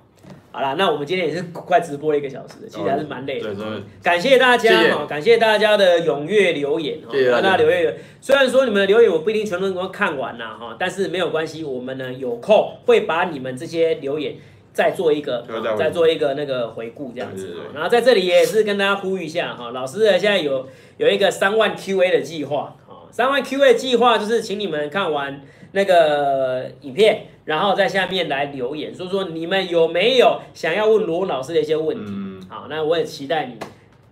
[SPEAKER 1] 好啦，那我们今天也是快直播了一个小时了，其实还是蛮累的。
[SPEAKER 4] 对真的
[SPEAKER 1] 感谢大家
[SPEAKER 4] 谢谢啊
[SPEAKER 1] 哦，感谢大家的踊跃留言哦，
[SPEAKER 4] 谢谢大家
[SPEAKER 1] 大家留言。虽然说你们的留言我不一定全都能够看完啦哈，但是没有关系，我们呢有空会把你们这些留言再做一个
[SPEAKER 4] 啊对再回
[SPEAKER 1] 再做一个那个回顾这样子
[SPEAKER 4] 对对
[SPEAKER 1] 哦
[SPEAKER 4] 对。
[SPEAKER 1] 然后在这里也是跟大家呼吁一下哈，老师呢现在有有一个三万 QA 的计划啊，三万 QA 计划就是请你们看完那个影片，然后在下面来留言，说说你们有没有想要问罗文老师的一些问题。
[SPEAKER 4] 嗯，
[SPEAKER 1] 好，那我也期待你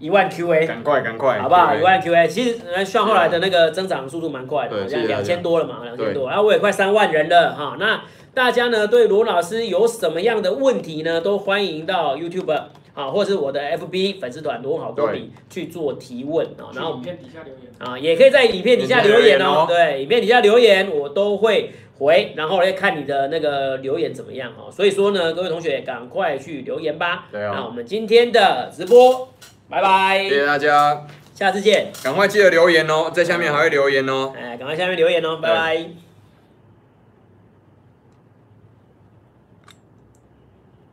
[SPEAKER 1] 一万 QA，
[SPEAKER 4] 赶快赶快，
[SPEAKER 1] 好不好？
[SPEAKER 4] 对
[SPEAKER 1] 一万 QA，其实呃，算后来的那个增长速度蛮快的，
[SPEAKER 4] 对
[SPEAKER 1] 好像
[SPEAKER 4] 谢谢大
[SPEAKER 1] 两
[SPEAKER 4] 家
[SPEAKER 1] 千多了嘛，两千
[SPEAKER 4] 啊对
[SPEAKER 1] 多，啊然后我也快三万人了哈。那大家呢对罗老师有什么样的问题呢？都欢迎到 YouTube 啊，或是我的 FB 粉丝团罗好波比去做提问啊，然后我们
[SPEAKER 3] 影片底下留言。
[SPEAKER 1] 啊，也可以在影片底下留言哦。
[SPEAKER 4] 影片留言哦
[SPEAKER 1] 对，影片底下留言我都会回，然后来看你的那个留言怎么样哦。所以说呢，各位同学赶快去留言吧。
[SPEAKER 4] 对啊
[SPEAKER 1] 那我们今天的直播，拜拜
[SPEAKER 4] 谢，谢大家，
[SPEAKER 1] 下次见。
[SPEAKER 4] 赶快记得留言哦，在下面还会留言哦。
[SPEAKER 1] 哎，赶快下面留言哦，拜拜。